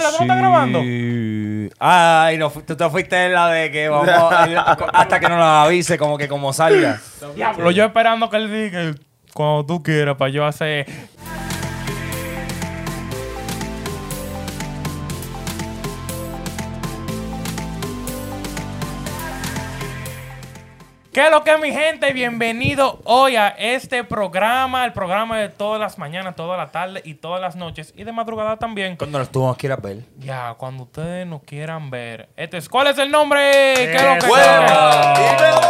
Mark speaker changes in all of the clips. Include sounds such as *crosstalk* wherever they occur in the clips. Speaker 1: la que no está grabando?
Speaker 2: Sí. Ay, no, fu- tú te fuiste en la de
Speaker 1: *laughs*
Speaker 2: que vamos en la- hasta que nos la avise, como que como salga.
Speaker 1: Diablo, yo esperando que él diga cuando tú quieras para yo hacer. ¿Qué es lo que es, mi gente? Bienvenido hoy a este programa, el programa de todas las mañanas, todas las tardes y todas las noches y de madrugada también.
Speaker 2: Cuando nos tú nos quieras ver.
Speaker 1: Ya, cuando ustedes nos quieran ver. Este es, ¿Cuál es el nombre? ¿Qué es lo que
Speaker 2: ¡Hueva! Dímelo.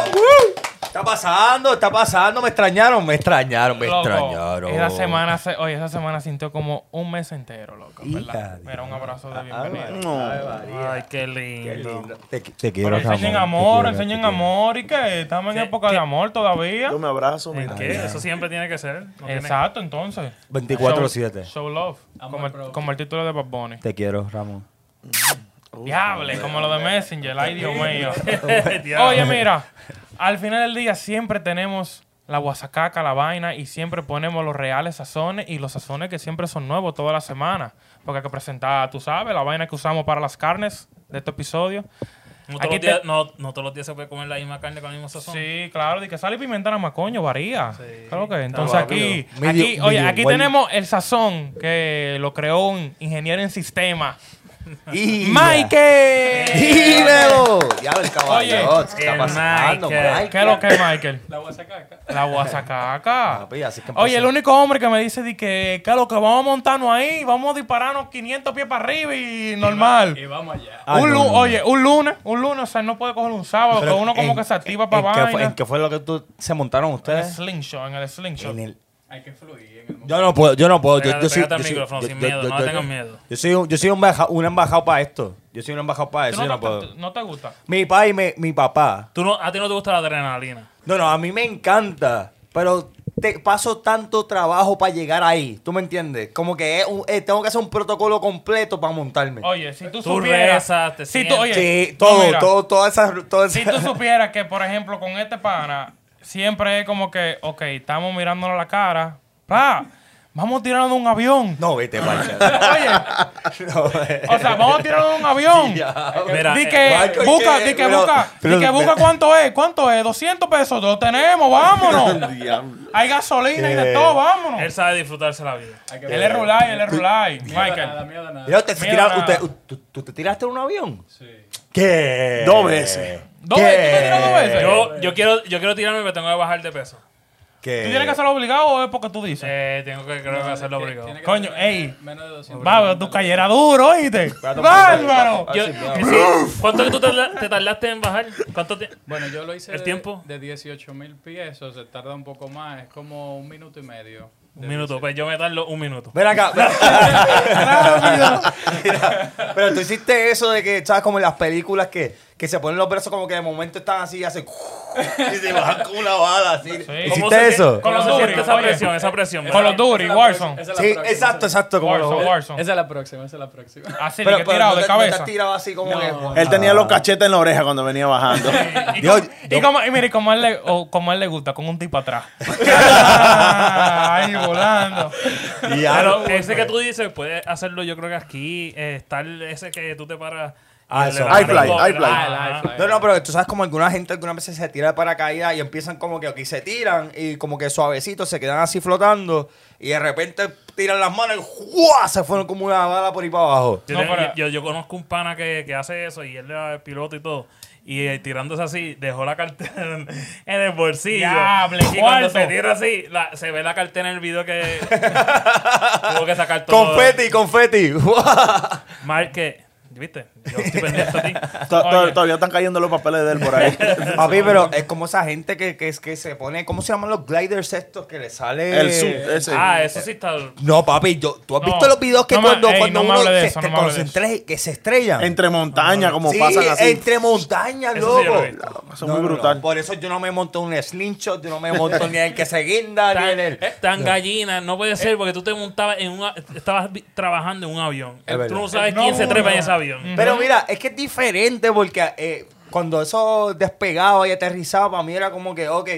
Speaker 2: Está pasando, está pasando. Me extrañaron, me extrañaron, me
Speaker 1: Loco,
Speaker 2: Pues extrañaron.
Speaker 1: Esa semana, se, oye, esa semana sintió como un mes entero, loco, ¿verdad?
Speaker 2: Hija de- Ah,
Speaker 1: Era un abrazo de bienvenida. Ay, qué lindo.
Speaker 2: Qué lindo. Te, te
Speaker 1: Pero
Speaker 2: quiero,
Speaker 1: enseñen amor, enseñen amor y que estamos en época de amor todavía.
Speaker 3: Yo me abrazo, mira.
Speaker 4: ¿Qué? Eso siempre tiene que ser. No tiene-
Speaker 1: Exacto, entonces.
Speaker 2: 24-7.
Speaker 1: Show, show love. Como el, como el título de Bad Bunny.
Speaker 2: Te quiero, Ramón.
Speaker 1: Diable, como lo de Messenger. Ay, Dios mío.
Speaker 3: *laughs*
Speaker 4: Diablo.
Speaker 1: Oye, mira, al final del día siempre tenemos la guasacaca, la vaina, y siempre ponemos los reales sazones y los sazones que siempre son nuevos toda la semana. Porque hay que presentar, tú sabes, la vaina que usamos para las carnes de este episodio.
Speaker 4: no, todos
Speaker 1: Aquí
Speaker 4: los
Speaker 1: te-
Speaker 4: días, no, no todos los días se puede comer la misma carne con el mismo sazón.
Speaker 1: Sí, claro, de que sale pimienta nada más, coño, varía. Claro que. Entonces aquí,
Speaker 2: Medio-
Speaker 1: aquí, oye,
Speaker 2: medio
Speaker 1: aquí
Speaker 2: guay.
Speaker 1: tenemos el sazón que lo creó un ingeniero en sistema.
Speaker 2: Y
Speaker 1: ¡Michael!
Speaker 2: Dímelo. Ya el caballero.
Speaker 1: Oye,
Speaker 2: ¿Qué está pasando,
Speaker 4: el Michael.
Speaker 2: Mike?
Speaker 1: ¿Qué es lo que es, Michael? La guasacaca. La guasacaca.
Speaker 2: *laughs* Papi, así que empezó.
Speaker 1: Oye, el único hombre que me dice di que, que lo que vamos a montarnos ahí, vamos a dispararnos 500 pies para arriba y normal.
Speaker 2: Ay,
Speaker 1: Un
Speaker 2: no,
Speaker 1: lu-
Speaker 2: no, no.
Speaker 1: Oye, un lunes, un lunes, o sea, no puede coger un sábado,
Speaker 2: Pero
Speaker 1: que uno como
Speaker 2: en-
Speaker 1: que se activa
Speaker 2: en
Speaker 1: para
Speaker 2: qué
Speaker 1: vaina.
Speaker 2: fue- ¿En qué fue lo que tú- se montaron
Speaker 1: En el
Speaker 2: ustedes?
Speaker 1: slingshot, en el slingshot.
Speaker 2: En el- Yo no puedo, yo no puedo. Yo,
Speaker 4: Pégate-
Speaker 2: yo soy,
Speaker 4: pégate al
Speaker 2: yo soy-
Speaker 4: micrófono,
Speaker 2: yo-
Speaker 4: sin
Speaker 2: yo-
Speaker 4: miedo,
Speaker 2: yo-
Speaker 4: no
Speaker 2: yo-
Speaker 4: tengas miedo.
Speaker 2: Yo soy un, yo soy un, baja- un embajado para esto. Yo soy un embajado para
Speaker 1: ¿Tú
Speaker 2: eso.
Speaker 1: no,
Speaker 2: yo no
Speaker 1: te,
Speaker 2: puedo.
Speaker 1: te- no te gusta?
Speaker 2: Mi papá y mi, mi papá.
Speaker 4: Tú no, a ti no te gusta la adrenalina.
Speaker 2: No, no, a mí me encanta. Pero te paso tanto trabajo para llegar ahí. ¿Tú me entiendes? Como que es un- eh, tengo que hacer un protocolo completo para montarme.
Speaker 1: Oye, si tú,
Speaker 4: Tú
Speaker 1: supieras...
Speaker 4: rezas, te
Speaker 1: si tú,
Speaker 4: sientas.
Speaker 1: oye,
Speaker 2: sí,
Speaker 1: no,
Speaker 2: todo,
Speaker 1: mira,
Speaker 2: todo, toda esa. toda
Speaker 1: Si
Speaker 2: esa- *laughs*
Speaker 1: tú supieras que, por ejemplo, con este pana, siempre es como que, ok, estamos mirándonos la cara, ¡pla! Vamos tirando de un avión. *laughs*
Speaker 2: No, vete, marcha.
Speaker 1: Oye,
Speaker 2: *laughs* No, eh.
Speaker 1: o sea, vamos tirando de un
Speaker 2: *laughs*
Speaker 1: avión.
Speaker 4: Mira,
Speaker 1: Di
Speaker 4: eh,
Speaker 1: que
Speaker 2: Michael,
Speaker 1: busca,
Speaker 2: ¿qué?
Speaker 1: di que
Speaker 2: Pero-
Speaker 1: busca,
Speaker 2: pero-
Speaker 1: di que busca cuánto es, cuánto es, 200 pesos, lo tenemos,
Speaker 2: *laughs*
Speaker 1: vámonos.
Speaker 3: Diablo.
Speaker 1: Hay gasolina y de
Speaker 2: ¿Qué?
Speaker 1: todo,
Speaker 4: él
Speaker 1: vámonos.
Speaker 4: sabe disfrutarse la vida.
Speaker 1: Él es Rulay, él es Rulay, Michael.
Speaker 2: Mira, usted, se
Speaker 1: Mira,
Speaker 2: tira-
Speaker 1: nada.
Speaker 2: usted- u- ¿tú, tú te tiraste en un avión? Sí. ¿Qué?
Speaker 3: Dos veces.
Speaker 1: ¿Dos veces? ¿Tú te tiras dos veces?
Speaker 4: Yo, yo, quiero, yo quiero tirarme, pero tengo que bajar de peso.
Speaker 2: ¿Qué?
Speaker 1: ¿Tú tienes que hacerlo obligado o es porque tú dices?
Speaker 4: Eh, tengo que, creo que hacerlo obligado.
Speaker 1: Coño,
Speaker 5: eh,
Speaker 1: ey, va, tú cayera duro, oíste. Bárbaro.
Speaker 2: eh,
Speaker 4: Yo- sí. ¿Cuánto que tú tarda- te tardaste en bajar? ¿Cuánto ti-
Speaker 5: Bueno, yo lo hice
Speaker 4: ¿El
Speaker 5: de-
Speaker 4: tiempo?
Speaker 5: de 18 mil pies, o se tarda un poco más, es como un minuto y medio.
Speaker 4: Un minuto, pues yo me tardo un minuto.
Speaker 2: Ven acá. ven acá. Mira, *laughs* pero tú hiciste eso de que, ¿sabes? Como en las películas que, que se ponen los brazos como que de momento están así y hacen... *laughs* Y se bajan con una bala así.
Speaker 4: ¿Cómo se
Speaker 2: ¿Hiciste eso?
Speaker 4: siente- ¿Cómo
Speaker 1: Con
Speaker 4: se
Speaker 1: los
Speaker 4: siente
Speaker 1: duros,
Speaker 4: esa
Speaker 1: oye.
Speaker 4: presión? Esa
Speaker 2: eh,
Speaker 4: presión.
Speaker 1: Con los
Speaker 4: ¿verdad?
Speaker 1: duros y Warzone.
Speaker 5: Esa es la
Speaker 2: Sí,
Speaker 5: próxima,
Speaker 2: exacto, exacto. Como los-
Speaker 1: Warzone, Warzone.
Speaker 5: Esa es la próxima, esa es la próxima.
Speaker 3: *laughs*
Speaker 1: Así,
Speaker 2: Pero,
Speaker 1: de que
Speaker 2: pero
Speaker 1: tirado
Speaker 2: no
Speaker 1: de
Speaker 2: te- no te
Speaker 1: cabeza.
Speaker 2: has tirado así como que...
Speaker 3: Él tenía los cachetes en la oreja cuando venía bajando.
Speaker 1: Y,
Speaker 2: Dios,
Speaker 1: como, y,
Speaker 2: yo-
Speaker 1: como, y mire, como a él le, o como a él le gusta, con un tipo
Speaker 2: *laughs*
Speaker 1: atrás. Ahí volando.
Speaker 2: Y
Speaker 4: Pero
Speaker 2: ahora-
Speaker 4: ese que tú dices, puedes hacerlo yo creo que aquí, eh, estar ese que tú te paras.
Speaker 2: Ah,
Speaker 4: y
Speaker 2: eso.
Speaker 4: le das
Speaker 3: High fly,
Speaker 4: la-
Speaker 3: high fly.
Speaker 4: Ah,
Speaker 5: el
Speaker 4: ah,
Speaker 5: iPhone.
Speaker 2: No, no, pero tú sabes como alguna gente algunas veces se tira de paracaídas y empiezan como que aquí se tiran y como que suavecitos se quedan así flotando y de repente tiran las manos y ¡juá! se fueron como una bala por ahí para abajo.
Speaker 4: Yo,
Speaker 1: No,
Speaker 4: tengo-
Speaker 1: pero-
Speaker 4: yo, yo conozco un pana que, que hace eso y él era piloto y todo. Y eh, tirándose así, dejó la cartera en, en el bolsillo.
Speaker 1: Diable,
Speaker 4: y cuando
Speaker 1: cuarto.
Speaker 4: se tira así, la- se ve la cartera en el video que tuvo que sacar todo.
Speaker 2: Confeti, confeti.
Speaker 1: *laughs*
Speaker 4: Mal que, ¿viste? Yo estoy pendiente a ti.
Speaker 3: To- to-
Speaker 1: Oye.
Speaker 3: Todavía están cayendo los papeles de él
Speaker 1: *laughs*
Speaker 3: por ahí.
Speaker 2: Papi, pero es como esa gente que, que, es- que se pone, ¿cómo se llaman los gliders estos que le sale?
Speaker 3: El sub, ese.
Speaker 1: eh.
Speaker 4: Ah, eso sí está.
Speaker 2: No, papi, yo, tú has
Speaker 1: No.
Speaker 2: visto los videos que
Speaker 1: No me-
Speaker 2: cuando,
Speaker 1: ey,
Speaker 2: cuando
Speaker 1: no me
Speaker 2: uno
Speaker 1: hable de
Speaker 2: se,
Speaker 1: eso,
Speaker 2: te-
Speaker 1: no me hable de
Speaker 2: concentra- que se estrellan.
Speaker 3: Entre montañas, como
Speaker 2: Sí,
Speaker 3: pasan así. Ah,
Speaker 2: entre montañas,
Speaker 4: Eso sí yo lo
Speaker 2: loco.
Speaker 4: he visto.
Speaker 3: Eso es muy brutal.
Speaker 2: Por eso yo no me monto en un slingshot, yo no me monto ni en el que se guinda, ni en el...
Speaker 4: eh, tan gallina, no puede
Speaker 2: Eh.
Speaker 4: ser porque tú te montabas en una. Estabas vi- trabajando en un avión.
Speaker 2: Es
Speaker 4: tú
Speaker 2: verdad.
Speaker 4: no sabes
Speaker 1: Eh, No, Mm.
Speaker 4: quién se trepa
Speaker 1: no.
Speaker 4: en ese avión.
Speaker 2: Pero mira, es que es diferente porque eh, cuando eso despegaba y aterrizaba, para mí era como que, ok,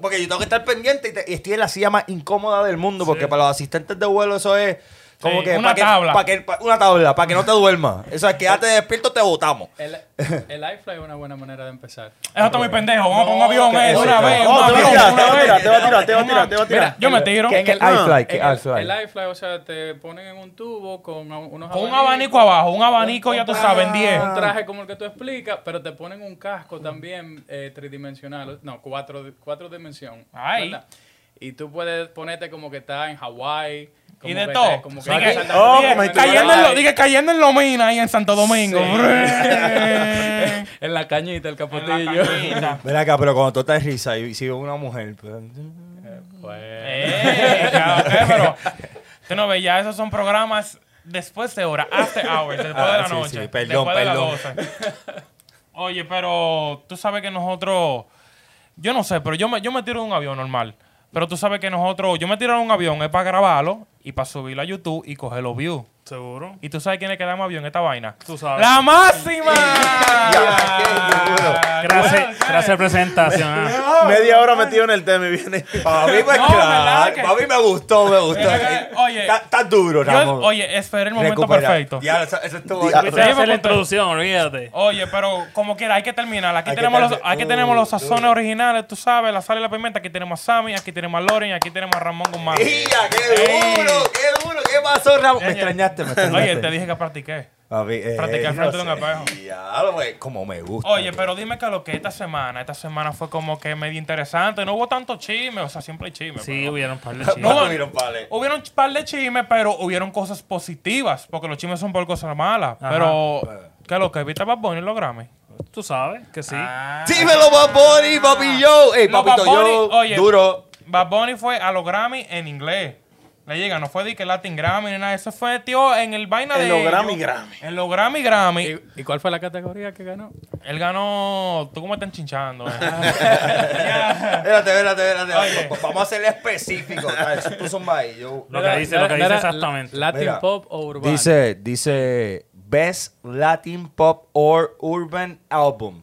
Speaker 2: porque yo tengo que estar pendiente y, te- y estoy en la silla más incómoda del mundo porque para los asistentes de vuelo eso es, Como
Speaker 1: Sí,
Speaker 2: que
Speaker 1: una
Speaker 2: pa' que-
Speaker 1: tabla.
Speaker 2: pa' que- pa- una tabla, para que no te duermas. O sea, quédate despierto, te botamos.
Speaker 5: El, el iFly es una buena manera de empezar.
Speaker 1: Eso está muy pendejo. Vamos a poner un
Speaker 2: No,
Speaker 1: avión,
Speaker 2: que
Speaker 1: eh, de
Speaker 2: eso
Speaker 1: una
Speaker 2: está-
Speaker 1: vez,
Speaker 2: No,
Speaker 1: un
Speaker 3: te va a
Speaker 1: avión,
Speaker 3: tirar,
Speaker 1: una
Speaker 3: te va a
Speaker 1: vez.
Speaker 3: tirar, te va a tirar, te va a tirar, te va a tirar.
Speaker 1: Mira, yo me tiro.
Speaker 2: Que en el
Speaker 5: Ah,
Speaker 2: iFly, que
Speaker 5: En
Speaker 2: en
Speaker 5: el,
Speaker 2: iFly.
Speaker 5: el iFly, o sea, te ponen en un tubo con a- unos
Speaker 1: Con un abanico abajo, un abanico, ya tú sabes, en 10.
Speaker 2: Ah.
Speaker 4: Ah.
Speaker 5: Un traje como el que tú explicas, pero te ponen un casco también eh, tridimensional, no, cuatro, cuatro dimensión.
Speaker 1: Ay.
Speaker 5: ¿verdad? Y tú puedes ponerte como que estás en Hawái.
Speaker 1: Y
Speaker 5: como
Speaker 1: de
Speaker 5: que-
Speaker 1: todo.
Speaker 5: como que-
Speaker 1: Dije,
Speaker 3: Oh,
Speaker 1: dije,
Speaker 3: como en tu
Speaker 1: cayendo en lo-
Speaker 3: Dubai.
Speaker 1: dije, cayendo en Lomina ahí en Santo *laughs* Domingo.
Speaker 5: Sí. *laughs* en la cañita, el *laughs* capotillo.
Speaker 2: Ven acá, pero cuando tú estás risa y si ves una mujer. pues,
Speaker 5: Pues,
Speaker 1: Eh,
Speaker 2: *laughs*
Speaker 1: ya, ok, pero tú no ves, ya esos son programas después de hora, after hours, después de
Speaker 2: Ah,
Speaker 1: la
Speaker 2: sí,
Speaker 1: noche.
Speaker 2: sí, perdón,
Speaker 1: después de las
Speaker 2: perdón.
Speaker 1: 12. Oye, pero tú sabes que nosotros, yo no sé, pero yo me, yo me tiro de un avión normal. Pero tú sabes que nosotros, yo me tiro de un avión es para grabarlo y para subirlo a YouTube y coger los views.
Speaker 4: Seguro.
Speaker 1: ¿Y tú sabes quién es que da más avión en esta vaina?
Speaker 4: Tú sabes.
Speaker 1: ¡La máxima!
Speaker 2: Ya, qué duro.
Speaker 4: Gracias,
Speaker 1: eh.
Speaker 4: gracias presentación.
Speaker 2: *laughs*
Speaker 4: ah.
Speaker 1: *laughs*
Speaker 3: Media hora metido en el tema y viene.
Speaker 2: A mí, pues,
Speaker 1: No, ¿verdad
Speaker 2: claro.
Speaker 1: que-
Speaker 2: A mí me gustó, me gustó.
Speaker 1: Mira que- oye.
Speaker 2: Está- está duro,
Speaker 1: Yo-
Speaker 2: Ramón.
Speaker 1: oye, esperé el momento
Speaker 2: Recupera.
Speaker 1: perfecto.
Speaker 2: Ya, eso, eso estuvo.
Speaker 3: Ya.
Speaker 4: Viste, esa es
Speaker 1: con
Speaker 4: la
Speaker 1: todo.
Speaker 4: introducción, olvídate.
Speaker 1: Oye, pero como quiera, hay que terminar. Aquí
Speaker 2: Hay que
Speaker 1: tenemos, los,
Speaker 2: termi-
Speaker 1: aquí tenemos los
Speaker 2: Uy,
Speaker 1: sazones
Speaker 2: duro.
Speaker 1: originales, tú sabes, la sal y la pimienta. Aquí tenemos a Sammy, aquí tenemos a Loren, y aquí tenemos a Ramón Guzmán.
Speaker 2: Ya, ¡Qué duro! ¡Qué duro! ¿Qué pasó, Ramón? Me extrañaste, me extrañaste.
Speaker 1: Oye, te dije que practiqué.
Speaker 2: Papi, eh,
Speaker 1: Practiqué al frente de un espejo.
Speaker 2: Ya, lo ve, como me gusta.
Speaker 1: Oye,
Speaker 2: *laughs*
Speaker 1: pero dime que lo que esta semana, esta semana fue como que medio interesante. No hubo tanto chisme, o sea, siempre hay chisme.
Speaker 4: Sí,
Speaker 1: pero-
Speaker 4: hubieron un par de
Speaker 1: No,
Speaker 4: chicos.
Speaker 2: Hubieron pales.
Speaker 1: Hubieron un par de chismes, pero hubieron cosas positivas, porque los chismes son por cosas malas. Pero, ¿qué lo que? ¿Viste a Bad Bunny en los Grammy?
Speaker 4: Tú sabes que sí.
Speaker 1: Ah.
Speaker 2: Ah, Dímelo, Paponi, papi yo. Ey,
Speaker 1: Los
Speaker 2: papito
Speaker 1: Bad Bunny,
Speaker 2: yo.
Speaker 1: oye. *laughs*
Speaker 2: Duro. *laughs*
Speaker 1: Bad Bunny fue a los Grammy en inglés. Le llega, no fue de que Latin Grammy ni nada. Eso fue, tío, en el vaina de.
Speaker 3: En los
Speaker 1: ellos.
Speaker 3: Grammy, Grammy.
Speaker 1: En los Grammy Grammy.
Speaker 5: ¿Y, y cuál fue la categoría que ganó?
Speaker 1: Él ganó. ¿Tú cómo estás chinchando? eh?
Speaker 2: Espérate, espérate, espérate.
Speaker 1: Oye.
Speaker 2: Va- Vamos a hacerle específico. Dale, Tú zumba ahí, yo.
Speaker 4: Lo que dice, lo que dice exactamente.
Speaker 5: Latin
Speaker 2: Mira,
Speaker 5: pop o urbano.
Speaker 2: Dice, dice Best Latin Pop or Urban Album.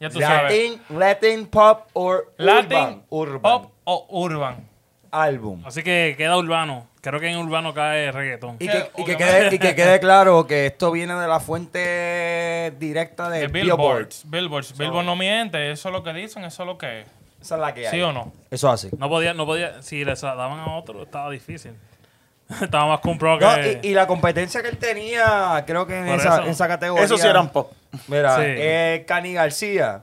Speaker 1: ya tú sabes.
Speaker 2: Latin, Latin Pop or
Speaker 1: Latin,
Speaker 2: Urban, urban
Speaker 1: Pop o Urban.
Speaker 2: Album.
Speaker 4: Así que queda urbano. Creo que en urbano cae reggaetón.
Speaker 2: Y
Speaker 1: Sí,
Speaker 2: que, y que
Speaker 1: obviamente.
Speaker 2: quede, y que quede claro que esto viene de la fuente directa de
Speaker 1: De
Speaker 2: Eh, Billboard.
Speaker 1: Billboards. Billboards. Billboard no miente. Eso es lo que dicen, eso es lo que es.
Speaker 2: Esa es la que hay.
Speaker 1: ¿Sí o no?
Speaker 2: Eso así.
Speaker 4: No podía, no podía. Si les daban a otro, estaba difícil. *laughs* estaba más comprado
Speaker 2: No,
Speaker 4: que.
Speaker 2: y, y la competencia que él tenía, creo que en
Speaker 4: Por
Speaker 2: esa,
Speaker 4: eso.
Speaker 2: en esa categoría.
Speaker 3: Eso sí eran pop.
Speaker 2: Mira,
Speaker 4: Sí.
Speaker 2: eh, Cani García.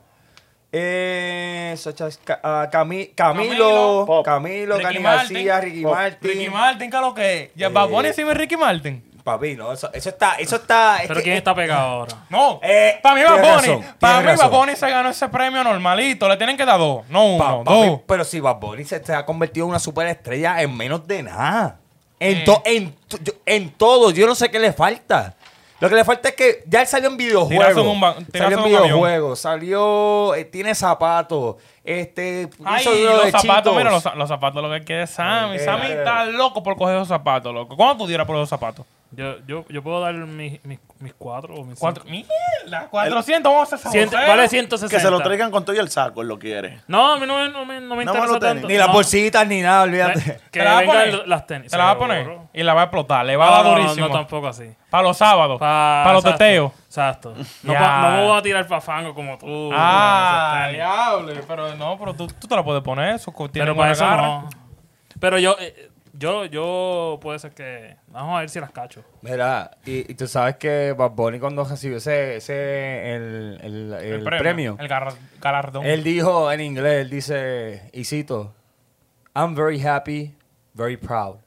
Speaker 2: Eh, Sacha- Ca- ah, Cami-
Speaker 1: Camilo,
Speaker 2: Camilo, Camilo,
Speaker 3: Pop.
Speaker 2: Cani
Speaker 1: Martin.
Speaker 2: García, Ricky
Speaker 3: Pop.
Speaker 2: Martin.
Speaker 1: Ricky Martin, ¿qué es lo que es? Ya Bad Bunny encima de Ricky Martin.
Speaker 2: Papi, no, eso, eso está, eso está. este, es
Speaker 4: Pero
Speaker 2: que-
Speaker 4: quién está pegado ahora.
Speaker 1: No,
Speaker 2: Eh,
Speaker 1: para mí Bad
Speaker 2: tienes
Speaker 1: Bunny,
Speaker 2: razón,
Speaker 1: para mí
Speaker 2: tienes
Speaker 1: Bad
Speaker 2: razón.
Speaker 1: Bunny se ganó ese premio normalito, le tienen que dar dos, no
Speaker 2: Pa-
Speaker 1: uno,
Speaker 2: papi,
Speaker 1: dos.
Speaker 2: pero si Bad Bunny se, se ha convertido en una superestrella en menos de nada.
Speaker 1: Eh.
Speaker 2: En, to- en, to- yo- en todo, yo no sé qué le falta. Lo que le falta es que ya él salió en videojuegos.
Speaker 1: Tirazo en un ba-
Speaker 2: salió
Speaker 1: tirazo
Speaker 2: en
Speaker 1: en un avión.
Speaker 2: videojuegos, salió, eh, tiene zapatos, este,
Speaker 1: Ay,
Speaker 2: hizo lo
Speaker 1: los
Speaker 2: de
Speaker 1: zapatos,
Speaker 2: Cheetos.
Speaker 1: mira, los, los zapatos, lo que quiere Sammy.
Speaker 2: Eh,
Speaker 1: Sammy
Speaker 2: eh.
Speaker 1: está loco por coger esos zapatos, loco. ¿Cuánto diera por esos zapatos?
Speaker 4: Yo, yo, yo puedo dar mis, mis, mis cuatro o mis
Speaker 1: Cuatro, mierda, 400, vamos a hacer
Speaker 4: cinco. Cien-
Speaker 1: saboteos.
Speaker 4: vale 160.
Speaker 3: Que se lo traigan con todo y el saco, él lo quiere.
Speaker 4: No, a mí no, me- no me, no me
Speaker 3: Nada
Speaker 4: interesa
Speaker 3: más los tenis.
Speaker 4: tanto.
Speaker 2: Ni las
Speaker 4: No.
Speaker 2: bolsitas, ni nada, olvídate.
Speaker 4: Eh, Que
Speaker 1: ¿Te la vas a
Speaker 4: vengan
Speaker 1: poner?
Speaker 4: las tenis.
Speaker 1: Se la va a
Speaker 4: seguro.
Speaker 1: poner y la va a explotar, le va a
Speaker 4: No,
Speaker 1: dar
Speaker 4: no,
Speaker 1: durísimo.
Speaker 4: no, tampoco así.
Speaker 1: para los sábados, para, los
Speaker 4: exacto,
Speaker 1: teteos.
Speaker 4: Exacto. No,
Speaker 1: Ya.
Speaker 4: pa- no me voy a tirar para fango como tú.
Speaker 1: Ah,
Speaker 4: esas tenis.
Speaker 1: diablo, pero no, pero tú, tú te la puedes poner, eso co- tiene
Speaker 4: Pero
Speaker 1: buen
Speaker 4: para eso
Speaker 1: agarre.
Speaker 4: no. Pero yo, eh, yo, yo puede ser que. Vamos a ver si las cacho.
Speaker 2: Mira, y, y tú sabes que Bad Bunny cuando recibió ese, ese el, el- el premio,
Speaker 1: El gar- galardón.
Speaker 4: Eh.
Speaker 2: Él dijo en inglés, él dice, y cito, I'm very happy, very proud.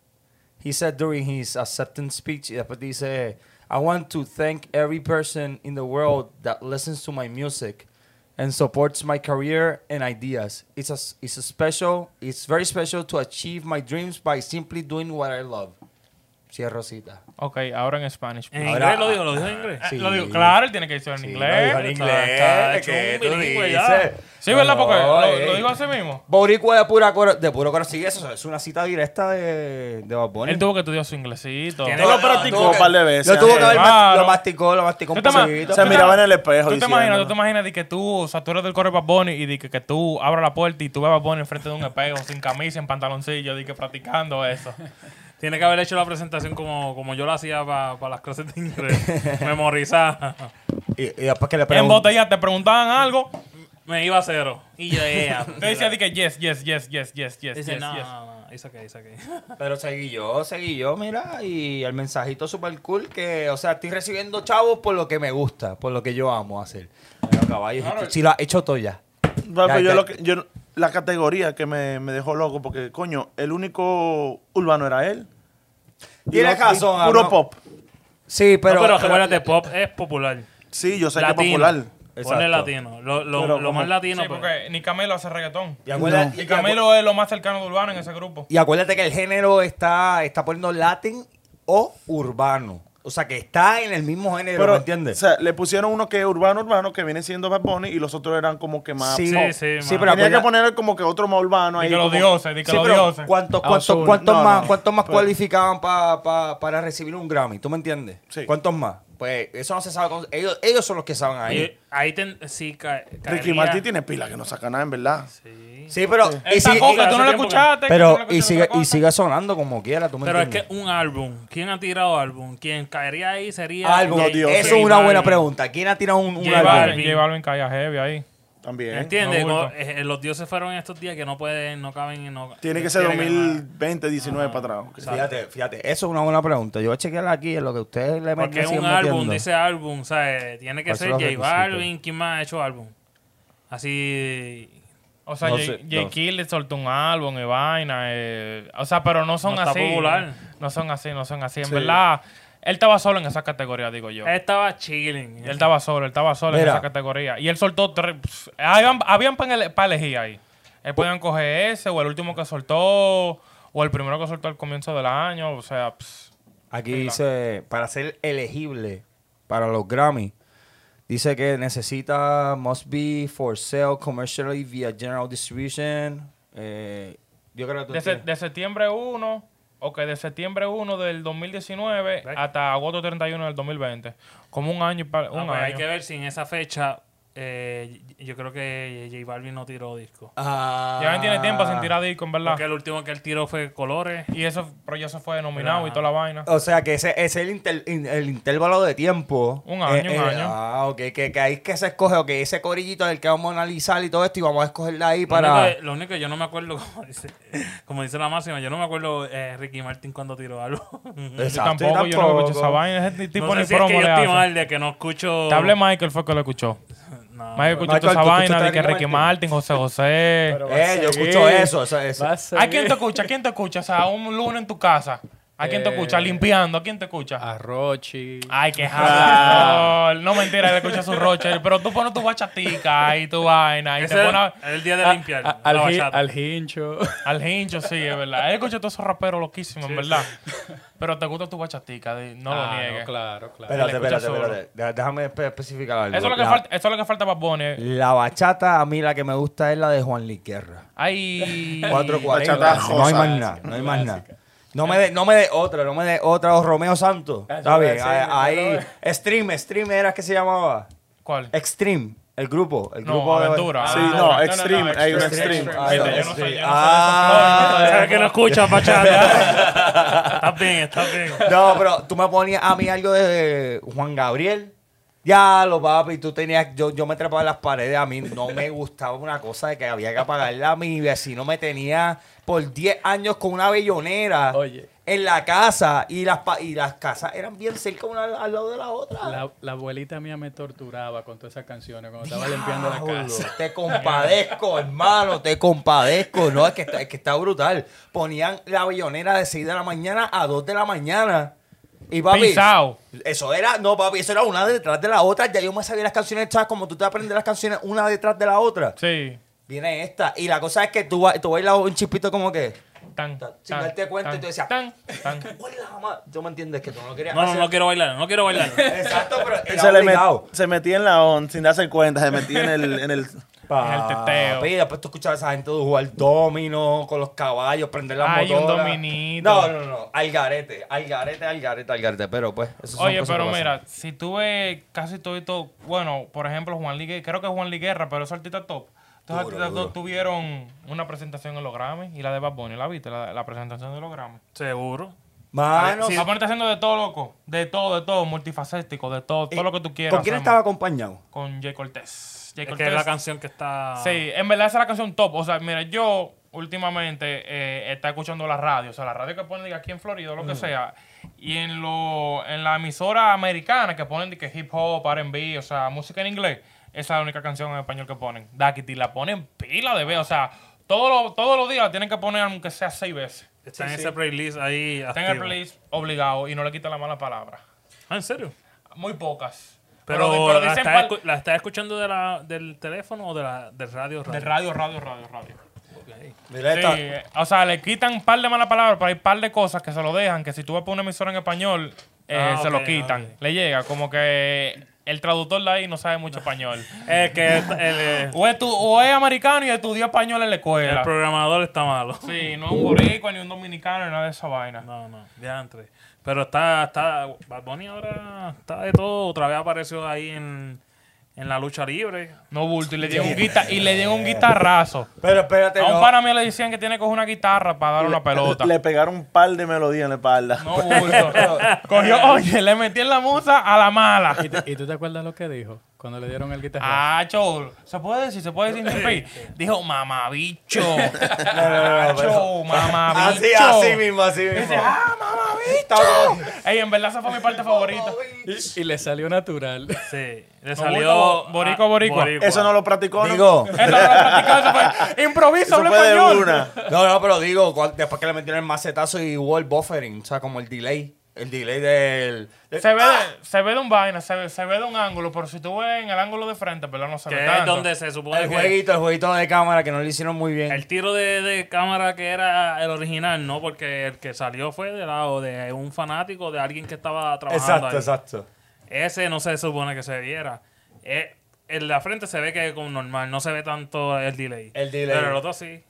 Speaker 2: He said during his acceptance speech, y después dice, I want to thank every person in the world that listens to my music and supports my career and ideas. It's a, it's a special, it's very special to achieve my dreams by simply doing what I love. Cierro cita.
Speaker 1: Ok, ahora en Spanish.
Speaker 4: En
Speaker 2: Ahora-
Speaker 4: inglés lo dijo, lo dijo en inglés.
Speaker 1: Eh,
Speaker 2: Sí.
Speaker 1: Lo digo, claro, él tiene que decirlo en
Speaker 2: Sí,
Speaker 1: inglés.
Speaker 2: lo dijo en
Speaker 4: está-
Speaker 1: eh,
Speaker 2: inglés, Ah,
Speaker 4: está hecho
Speaker 2: ¿qué
Speaker 4: un
Speaker 2: tú
Speaker 4: bilingüe ya.
Speaker 2: dices?
Speaker 1: Sí, ¿verdad? Porque
Speaker 2: No, eh.
Speaker 1: lo,
Speaker 2: ey.
Speaker 1: lo digo así mismo.
Speaker 2: Boricua de pura cora- de puro corazón. Sí, eso es una cita directa de, de Bad Bunny.
Speaker 1: Él tuvo que estudiar su inglesito.
Speaker 4: Tiene-
Speaker 3: Él
Speaker 4: No, no,
Speaker 3: lo practicó
Speaker 2: tuvo
Speaker 3: un
Speaker 2: que-
Speaker 3: par de veces.
Speaker 2: Lo tuvo que haber
Speaker 1: Claro.
Speaker 2: mas- lo masticó, lo masticó un
Speaker 1: ¿Tú te ma-
Speaker 2: poquito.
Speaker 1: tú
Speaker 3: Se
Speaker 1: te-
Speaker 3: miraba en el espejo
Speaker 1: ¿Tú te, imaginas, ¿Tú te
Speaker 3: diciéndolo.
Speaker 1: imaginas de que tú, o sea, tú eres del correo Bad Bunny y de que, que tú *laughs* abras la puerta y tú ves a Bad Bunny enfrente de un espejo, sin camisa, en pantaloncillo, de que practicando eso?
Speaker 4: Tiene que haber hecho la presentación como, como yo la hacía para las clases de
Speaker 1: *laughs*
Speaker 4: inglés. Memorizada.
Speaker 2: Y, y después que le
Speaker 1: En
Speaker 2: preguntan.
Speaker 1: botella te preguntaban algo,
Speaker 4: Me iba a cero. Y yo,
Speaker 1: *laughs*
Speaker 4: eh, yeah.
Speaker 1: te decía de que yes, yes, yes, yes, yes, yes,
Speaker 4: Dice,
Speaker 1: yes,
Speaker 4: no,
Speaker 1: yes.
Speaker 4: no, no, it's okay, it's okay.
Speaker 2: Pero seguí yo, seguí yo, mira, y el mensajito super cool que, o sea, estoy recibiendo chavos por lo que me gusta, por lo que yo amo hacer. Pero caballo, si lo has hecho todo ya.
Speaker 3: No,
Speaker 2: Ya,
Speaker 3: pero yo
Speaker 2: ya.
Speaker 3: lo que- yo- la categoría que me, me dejó loco, porque, coño, el único urbano era él. Y
Speaker 2: Tienes
Speaker 3: no-
Speaker 2: razón,
Speaker 3: Puro
Speaker 2: no-
Speaker 3: pop.
Speaker 2: Sí, pero.
Speaker 4: no, pero recuérdate, pop es popular.
Speaker 3: Sí, yo sé que
Speaker 4: latino.
Speaker 3: popular.
Speaker 2: Exacto.
Speaker 4: Ponle latino. Lo, lo-
Speaker 3: Pero
Speaker 4: lo
Speaker 3: como-
Speaker 4: más latino.
Speaker 1: Sí,
Speaker 4: pues.
Speaker 1: porque ni Camelo hace reggaetón.
Speaker 2: Y acuérdate,
Speaker 1: Y
Speaker 2: y acu-
Speaker 1: Camelo es lo más cercano de Urbano en ese grupo.
Speaker 2: Y acuérdate que el género está, está poniendo latin o urbano. O sea, que está en el mismo género,
Speaker 3: Pero,
Speaker 2: ¿me
Speaker 3: O
Speaker 2: entiendes?
Speaker 3: sea, le pusieron uno que es urbano, urbano, que viene siendo Bad Bunny, y los otros eran como que más.
Speaker 2: sí,
Speaker 4: sí,
Speaker 2: sí,
Speaker 4: sí,
Speaker 2: sí,
Speaker 4: man.
Speaker 2: pero
Speaker 3: Tenía que
Speaker 2: acuérdate-
Speaker 3: poner como que otro más urbano ahí.
Speaker 1: Di que los
Speaker 3: como-
Speaker 1: dioses, di que
Speaker 2: Sí,
Speaker 1: los
Speaker 2: pero
Speaker 1: dioses.
Speaker 2: ¿cuántos,
Speaker 3: A
Speaker 2: cuántos,
Speaker 3: Ozuna.
Speaker 2: cuántos
Speaker 3: No,
Speaker 2: más,
Speaker 3: no.
Speaker 2: cuántos más
Speaker 3: Pero-
Speaker 2: cualificaban pa- pa- para recibir un Grammy? ¿Tú me entiendes?
Speaker 3: Sí.
Speaker 2: ¿Cuántos más? Pues eso no se sabe. con- ellos, ellos son los que saben ahí.
Speaker 4: Y ahí ten- sí ca-
Speaker 3: Ricky
Speaker 4: caería.
Speaker 3: Martin tiene pila que no saca nada, en verdad.
Speaker 4: Sí.
Speaker 2: Sí, pero. Y
Speaker 1: Esa
Speaker 2: sigue-
Speaker 1: cosa,
Speaker 4: hace
Speaker 1: tú no la
Speaker 4: tiempo que-
Speaker 1: escuchaste.
Speaker 2: pero
Speaker 1: que tú no la
Speaker 2: y
Speaker 1: escuchaste
Speaker 2: sigue,
Speaker 1: otra
Speaker 2: y
Speaker 1: cosa.
Speaker 2: sigue sonando como quiera, ¿tú me
Speaker 4: Pero es
Speaker 2: entiendes?
Speaker 4: que un álbum. ¿Quién ha tirado álbum? Quien caería ahí sería.
Speaker 2: Álbum.
Speaker 4: Ah, J-
Speaker 3: Dios.
Speaker 4: J
Speaker 2: Eso es una buena
Speaker 4: Balvin.
Speaker 2: pregunta. ¿Quién ha tirado un, un
Speaker 1: J
Speaker 2: álbum?
Speaker 1: Balvin, J Balvin caía heavy ahí.
Speaker 3: También.
Speaker 4: ¿Entiendes?
Speaker 1: No
Speaker 4: Como,
Speaker 1: bulto.
Speaker 4: eh, eh, los dioses fueron estos días que no pueden, no caben y no.
Speaker 3: Tiene que ser
Speaker 4: ganar.
Speaker 3: 2020, 19 para atrás. ok.
Speaker 2: Fíjate, fíjate, eso es una buena pregunta. Yo voy a chequearla aquí en lo que ustedes le
Speaker 4: Porque es
Speaker 2: siguen
Speaker 4: un álbum,
Speaker 2: metiendo.
Speaker 4: dice álbum, ¿sabes? Tiene que
Speaker 2: ¿Cuáles son
Speaker 4: ser
Speaker 2: los
Speaker 4: J
Speaker 2: requisitos?
Speaker 4: Balvin. ¿Quién más ha hecho álbum? Así.
Speaker 1: O sea,
Speaker 2: No
Speaker 1: J-
Speaker 2: sé,
Speaker 1: J.
Speaker 2: no.
Speaker 1: Kill le soltó un álbum y vaina. eh, o sea, pero no son
Speaker 4: No está
Speaker 1: así.
Speaker 4: popular.
Speaker 1: No son así, no son así. En
Speaker 3: Sí.
Speaker 1: verdad, él estaba solo en esa categoría, digo yo.
Speaker 4: Él estaba chilling.
Speaker 1: Él estaba solo, él estaba solo
Speaker 2: Mira.
Speaker 1: en esa categoría. Y él soltó tres. pss, Habían, habían para elegir ahí. Él podían coger ese, o el último que soltó, o el primero que soltó al comienzo del año. O sea, pss,
Speaker 2: Aquí dice, para ser elegible para los Grammy, dice que necesita must be for sale commercially via general distribution. Eh, yo creo que tú
Speaker 1: de, se-
Speaker 2: entiendes.
Speaker 1: de septiembre 1, ok, de septiembre 1 del 2019 hasta agosto 31 del 2020. Como un año y pa- un
Speaker 4: Ah, pues
Speaker 1: año.
Speaker 4: hay que ver si en esa fecha. eh, yo creo que J Balvin no tiró disco.
Speaker 2: Ah.
Speaker 1: Ya no tiene tiempo sin tirar disco, en verdad.
Speaker 4: Porque el último que él tiró fue Colores.
Speaker 1: Y eso, pero ya se fue denominado y toda la vaina.
Speaker 2: O sea, que ese ese es el, inter- in- el intervalo de tiempo.
Speaker 1: Un año, un año.
Speaker 2: Ah, ok, que, que ahí es que se escoge, ok, ese corillito del que vamos a analizar y todo esto, y vamos a escoger de ahí
Speaker 4: Lo único
Speaker 2: para...
Speaker 4: que- Lo único que yo no me acuerdo, *laughs* como dice, como dice la máxima, yo no me acuerdo eh, Ricky Martin cuando tiró algo. *laughs*
Speaker 1: Yo
Speaker 2: Exacto,
Speaker 1: tampoco, yo no escuché esa
Speaker 2: tampoco.
Speaker 1: vaina. Ese tipo
Speaker 4: no sé
Speaker 1: ni
Speaker 4: si es
Speaker 1: promo
Speaker 4: que yo
Speaker 1: le
Speaker 4: estoy
Speaker 1: hace.
Speaker 4: mal de que no escucho.
Speaker 1: Te hablé Michael, fue que lo escuchó.
Speaker 4: *laughs* No,
Speaker 1: Michael escuchó toda
Speaker 2: Michael,
Speaker 1: esa
Speaker 2: ¿tú
Speaker 1: vaina de
Speaker 2: escuchaste
Speaker 1: que
Speaker 2: a Ricky
Speaker 1: Ricky Martin,
Speaker 2: Martin?
Speaker 1: José José.
Speaker 2: Eh, yo escucho eso, eso, eso.
Speaker 1: ¿A quién te escucha? ¿A quién te escucha? O sea, un lunes en tu casa. ¿A quién te
Speaker 5: Eh.
Speaker 1: escucha? Limpiando, ¿a quién te
Speaker 2: Ah.
Speaker 1: escucha?
Speaker 5: A Rochi.
Speaker 1: Ay, qué jabón. No mentira, le escucha su roche. Pero tú pones tu bachatica y tu vaina. Y te
Speaker 4: Ese
Speaker 1: pones a-
Speaker 4: es el día de limpiar.
Speaker 5: A-
Speaker 4: la
Speaker 5: al, hi-
Speaker 4: bachata.
Speaker 5: al hincho.
Speaker 1: al hincho, sí, es verdad. Él escucha todos esos raperos loquísimos, en verdad. *laughs* Pero te gusta tu bachatica, di- no lo
Speaker 5: Ah,
Speaker 1: niegues.
Speaker 5: no, claro, claro.
Speaker 2: Espérate,
Speaker 1: Él escucha
Speaker 2: espérate,
Speaker 1: solo.
Speaker 2: espérate. Deja- Déjame espe- especificar algo.
Speaker 1: eso, es lo que
Speaker 2: La-
Speaker 1: falta, eso es lo que falta para Bonnie.
Speaker 2: La bachata, a mí la que me gusta es la de Juan Luis Guerra.
Speaker 1: Ay.
Speaker 2: 440.
Speaker 3: Bachata
Speaker 2: No hay más
Speaker 3: josa.
Speaker 2: nada, no hay más nada. No me dé no me dé otra, no me dé otra. O Romeo Santos.
Speaker 5: Ah,
Speaker 2: Está
Speaker 5: sí,
Speaker 2: bien.
Speaker 5: sí,
Speaker 2: Ahí.
Speaker 5: claro.
Speaker 2: ahí- Stream, Stream era que se llamaba.
Speaker 1: ¿Cuál?
Speaker 2: Extreme, el grupo. El
Speaker 1: No,
Speaker 2: grupo de-
Speaker 1: Aventura.
Speaker 3: Sí,
Speaker 1: Ah,
Speaker 3: no,
Speaker 1: no, no,
Speaker 3: Extreme. hay un
Speaker 5: Extreme,
Speaker 3: Extreme.
Speaker 5: Extreme.
Speaker 2: Ah,
Speaker 1: Viste,
Speaker 2: no,
Speaker 1: yo no soy- yo no soy
Speaker 2: Extreme.
Speaker 1: de esos
Speaker 2: Ah,
Speaker 4: ¿Sabes que
Speaker 1: *laughs*
Speaker 4: no escuchas, bachata? estás bien, estás bien.
Speaker 2: No, pero tú me ponías a mí algo de Juan Gabriel. Ya, lo papi, tú tenías, yo, yo me trepaba en las paredes, a mí no me gustaba una cosa de que había que apagarla. Mi vecino me tenía por 10 años con una bellonera
Speaker 5: Oye.
Speaker 2: en la casa y las, pa- y las casas eran bien cerca una al, al lado de la otra.
Speaker 5: La, la abuelita mía me torturaba con todas esas canciones cuando estaba limpiando la
Speaker 2: Diablo,
Speaker 5: casa.
Speaker 2: Te compadezco, hermano, te compadezco. No, es que está, es que está brutal. Ponían la bellonera de 6 de la mañana a 2 de la mañana. Y papi,
Speaker 1: Pisao.
Speaker 2: eso era, no papi, eso era una detrás de la otra. Ya yo me sabía las canciones, ¿sabes? Como tú te aprendes las canciones una detrás de la otra.
Speaker 1: Sí.
Speaker 2: Viene esta. Y la cosa es que tú, ba- tú bailas un chispito como que...
Speaker 1: Tan,
Speaker 2: Tan,
Speaker 1: tan,
Speaker 2: sin darte cuenta,
Speaker 1: tan,
Speaker 2: y tú decías, *laughs*
Speaker 1: Tan, tan.
Speaker 2: "Hola, mamá". Tú me entiendes que tú no querías
Speaker 4: No, no,
Speaker 2: hacer-
Speaker 4: no quiero bailar, no quiero bailar.
Speaker 2: Exacto, pero era
Speaker 3: Se, le met-
Speaker 2: obligado.
Speaker 3: se metía en la on sin darse cuenta, se metía en el. En el
Speaker 1: el teteo.
Speaker 2: Papi, después tú escuchabas a esa gente jugar domino con los caballos, prender la
Speaker 1: Ay, un
Speaker 2: motora.
Speaker 1: dominito.
Speaker 2: No, no, no. Al garete, al garete, al garete, al garete. Pero pues, eso
Speaker 1: Oye, pero mira, si tú ves casi todo y todo, bueno, por ejemplo, Juan Ligue, creo que Juan Liguerra, pero esos artistas top. Estos artistas top tuvieron una presentación en los Grammy y la de Bad Bunny, ¿la viste? La, la presentación de los Grammy.
Speaker 4: Seguro.
Speaker 2: Mano,
Speaker 1: Japón está haciendo de todo, loco. De todo, de todo. Multifacético, de todo. Todo lo que tú quieras.
Speaker 2: Eh, ¿Con quién
Speaker 1: hacemos.
Speaker 2: estaba acompañado?
Speaker 1: Con Jay Cortés. Jay
Speaker 4: Es que
Speaker 1: Cortés.
Speaker 4: es la canción que está.
Speaker 1: Sí, en verdad esa es la canción top. O sea, mira, yo últimamente eh, está escuchando la radio. O sea, la radio que ponen aquí en Florida, lo que
Speaker 4: Mm.
Speaker 1: sea. Y en lo, en la emisora americana que ponen de que hip hop, RB, o sea, música en inglés. Esa es la única canción en español que ponen. Daquiti la ponen pila de vez. O sea, todos los, todos los días la tienen que poner aunque sea seis veces.
Speaker 4: Está en ese playlist ahí.
Speaker 1: Está en el playlist obligado y no le quita la mala palabra.
Speaker 4: Ah, ¿en serio?
Speaker 1: Muy pocas.
Speaker 4: Pero, la,
Speaker 1: dicen
Speaker 4: estás
Speaker 1: pal-
Speaker 4: escu- la estás escuchando de la, del teléfono o de la del radio?
Speaker 1: de radio, radio, radio, radio.
Speaker 2: Mira
Speaker 1: Sí,
Speaker 2: esta.
Speaker 1: eh, o sea, le quitan un par de malas palabras, pero hay un par de cosas que se lo dejan, que si tú vas por una emisora en español, eh,
Speaker 4: Ah,
Speaker 1: se
Speaker 4: ok,
Speaker 1: lo quitan.
Speaker 4: ok.
Speaker 1: Le llega, como que el traductor de ahí no sabe mucho español.
Speaker 4: Es que *laughs* el, el-
Speaker 1: O es, tu- o es americano y estudió español en la
Speaker 4: el
Speaker 1: escuela.
Speaker 4: programador está malo.
Speaker 1: Sí, no es un boricua ni un dominicano ni nada de esa vaina.
Speaker 4: No, no, diantre. Pero está, está, Bad Bunny ahora está de todo. Otra vez apareció ahí en, en la lucha libre.
Speaker 1: No bulto, y le dieron un, guita- y le dieron un guitarrazo.
Speaker 2: Pero espérate,
Speaker 1: A un
Speaker 2: no.
Speaker 1: pana mío le decían que tiene que coger una guitarra para dar una pelota.
Speaker 3: Le pegaron un par de melodías en la espalda.
Speaker 1: No bulto. Cogió, oye, le metí en la musa a la mala.
Speaker 5: ¿Y, te- y tú te acuerdas lo que dijo cuando le dieron el guitarra?
Speaker 1: Ah, chol. ¿Se puede decir? ¿Se puede decir? interrumpir? Dijo, mamabicho.
Speaker 2: No, no, no, no, pero-
Speaker 1: Acho, mamabicho.
Speaker 2: Así, así mismo, así mismo.
Speaker 1: Dice, ah, mamabicho. Ey, en verdad esa fue mi parte favorita.
Speaker 5: Y, y le salió natural.
Speaker 4: Sí, le
Speaker 1: gusta
Speaker 4: salió.
Speaker 1: bo- boricua, boricua.
Speaker 3: Eso no lo practicó, ¿no?
Speaker 2: Digo,
Speaker 1: Eso no lo practicaba, eso fue improviso,
Speaker 3: Eso
Speaker 1: habla
Speaker 3: fue de
Speaker 1: español.
Speaker 3: una.
Speaker 2: no, no, pero digo, cua- después que le metieron el macetazo y hubo el buffering, o sea, como el delay. El delay del. del-
Speaker 1: Se ve, de, se ve de un vaina, se ve, se ve de un ángulo, pero si tú ves en el ángulo de frente, pero no se ve
Speaker 4: Que es
Speaker 1: tanto.
Speaker 4: donde se supone
Speaker 2: el
Speaker 4: que
Speaker 2: jueguito, el jueguito de cámara que no lo hicieron muy bien.
Speaker 4: el tiro de, de cámara que era el original, no, porque el que salió fue de lado de un fanático, de alguien que estaba trabajando. ahí.
Speaker 2: exacto.
Speaker 4: Ese no se supone que se viera. Eh, en la frente se ve que es como normal, no se ve tanto el delay.
Speaker 2: El delay.
Speaker 4: Pero el otro sí.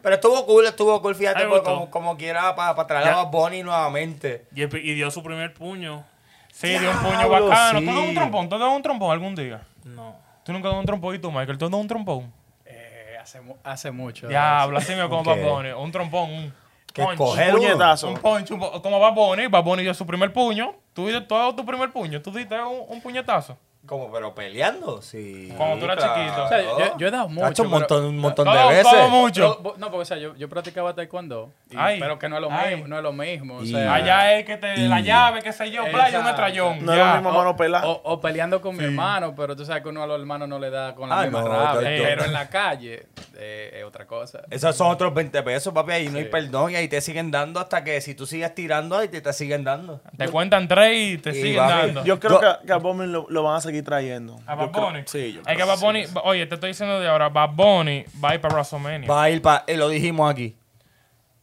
Speaker 2: Pero estuvo cool, estuvo cool, fíjate,
Speaker 4: Ay,
Speaker 2: porque
Speaker 4: gustó.
Speaker 2: como, como quiera para traer a
Speaker 4: Ya.
Speaker 2: Bad Bunny nuevamente.
Speaker 4: Y, el- y dio su primer puño.
Speaker 1: Sí, de un puño
Speaker 3: Diablo,
Speaker 1: bacano.
Speaker 3: sí.
Speaker 1: Tú das un trompón, tú das un trompón algún día.
Speaker 4: No.
Speaker 1: Tú nunca das un trompón y tú, Michael, tú das un trompón.
Speaker 5: Eh, hace, mu- hace mucho.
Speaker 1: Diablo, así mismo como
Speaker 2: Ok.
Speaker 1: Bad Bunny. Un trompón, un
Speaker 2: Que
Speaker 1: punch.
Speaker 2: coger
Speaker 3: Un
Speaker 2: uno.
Speaker 3: puñetazo.
Speaker 1: Un punch, un pu- como Bad Bunny. Bad Bunny dio su primer puño. Tú diste todo tu primer puño. Tú diste un, un puñetazo.
Speaker 2: Como, pero peleando, sí.
Speaker 1: Cuando tú eras chiquito.
Speaker 5: O sea, yo, yo he dado mucho.
Speaker 2: Tacho, un
Speaker 5: pero-
Speaker 2: montón, un montón de
Speaker 1: Todo-
Speaker 2: veces.
Speaker 1: todo mucho.
Speaker 5: Pero, bo- no, porque o sea, yo, yo practicaba taekwondo. y-
Speaker 1: Ay.
Speaker 5: pero que no es lo
Speaker 1: Ay.
Speaker 5: mismo. No es lo mismo. O
Speaker 2: Y-
Speaker 5: sea,
Speaker 1: Allá es que te la llave, qué sé yo, playa, un
Speaker 5: Exacto.
Speaker 1: atrayón.
Speaker 3: No es
Speaker 1: ya.
Speaker 3: lo mismo mano pelada.
Speaker 5: o, o peleando con mi hermano, pero tú sabes que uno a los hermanos no le da con la
Speaker 2: Ah,
Speaker 5: misma
Speaker 2: no,
Speaker 5: rabia.
Speaker 2: yo-
Speaker 1: yo-
Speaker 5: Pero en la calle eh, es otra cosa.
Speaker 2: Esos son otros 20 pesos, papi. Ahí no hay perdón y ahí te siguen dando hasta que si tú sigues tirando, ahí te, te siguen dando.
Speaker 1: Te cuentan tres y te
Speaker 2: Y
Speaker 1: siguen
Speaker 2: va-
Speaker 1: dando.
Speaker 3: Yo creo
Speaker 2: Yo-
Speaker 3: que, a- que a Bowman lo, lo van a seguir trayendo.
Speaker 1: a Bad
Speaker 3: Yo creo-
Speaker 1: Bunny.
Speaker 3: Sí, yo
Speaker 1: es que
Speaker 3: creo
Speaker 1: Bad
Speaker 3: sí.
Speaker 1: Bunny, oye, te estoy diciendo de ahora, Bad Bunny va a ir para WrestleMania.
Speaker 2: Va a ir para. lo dijimos aquí.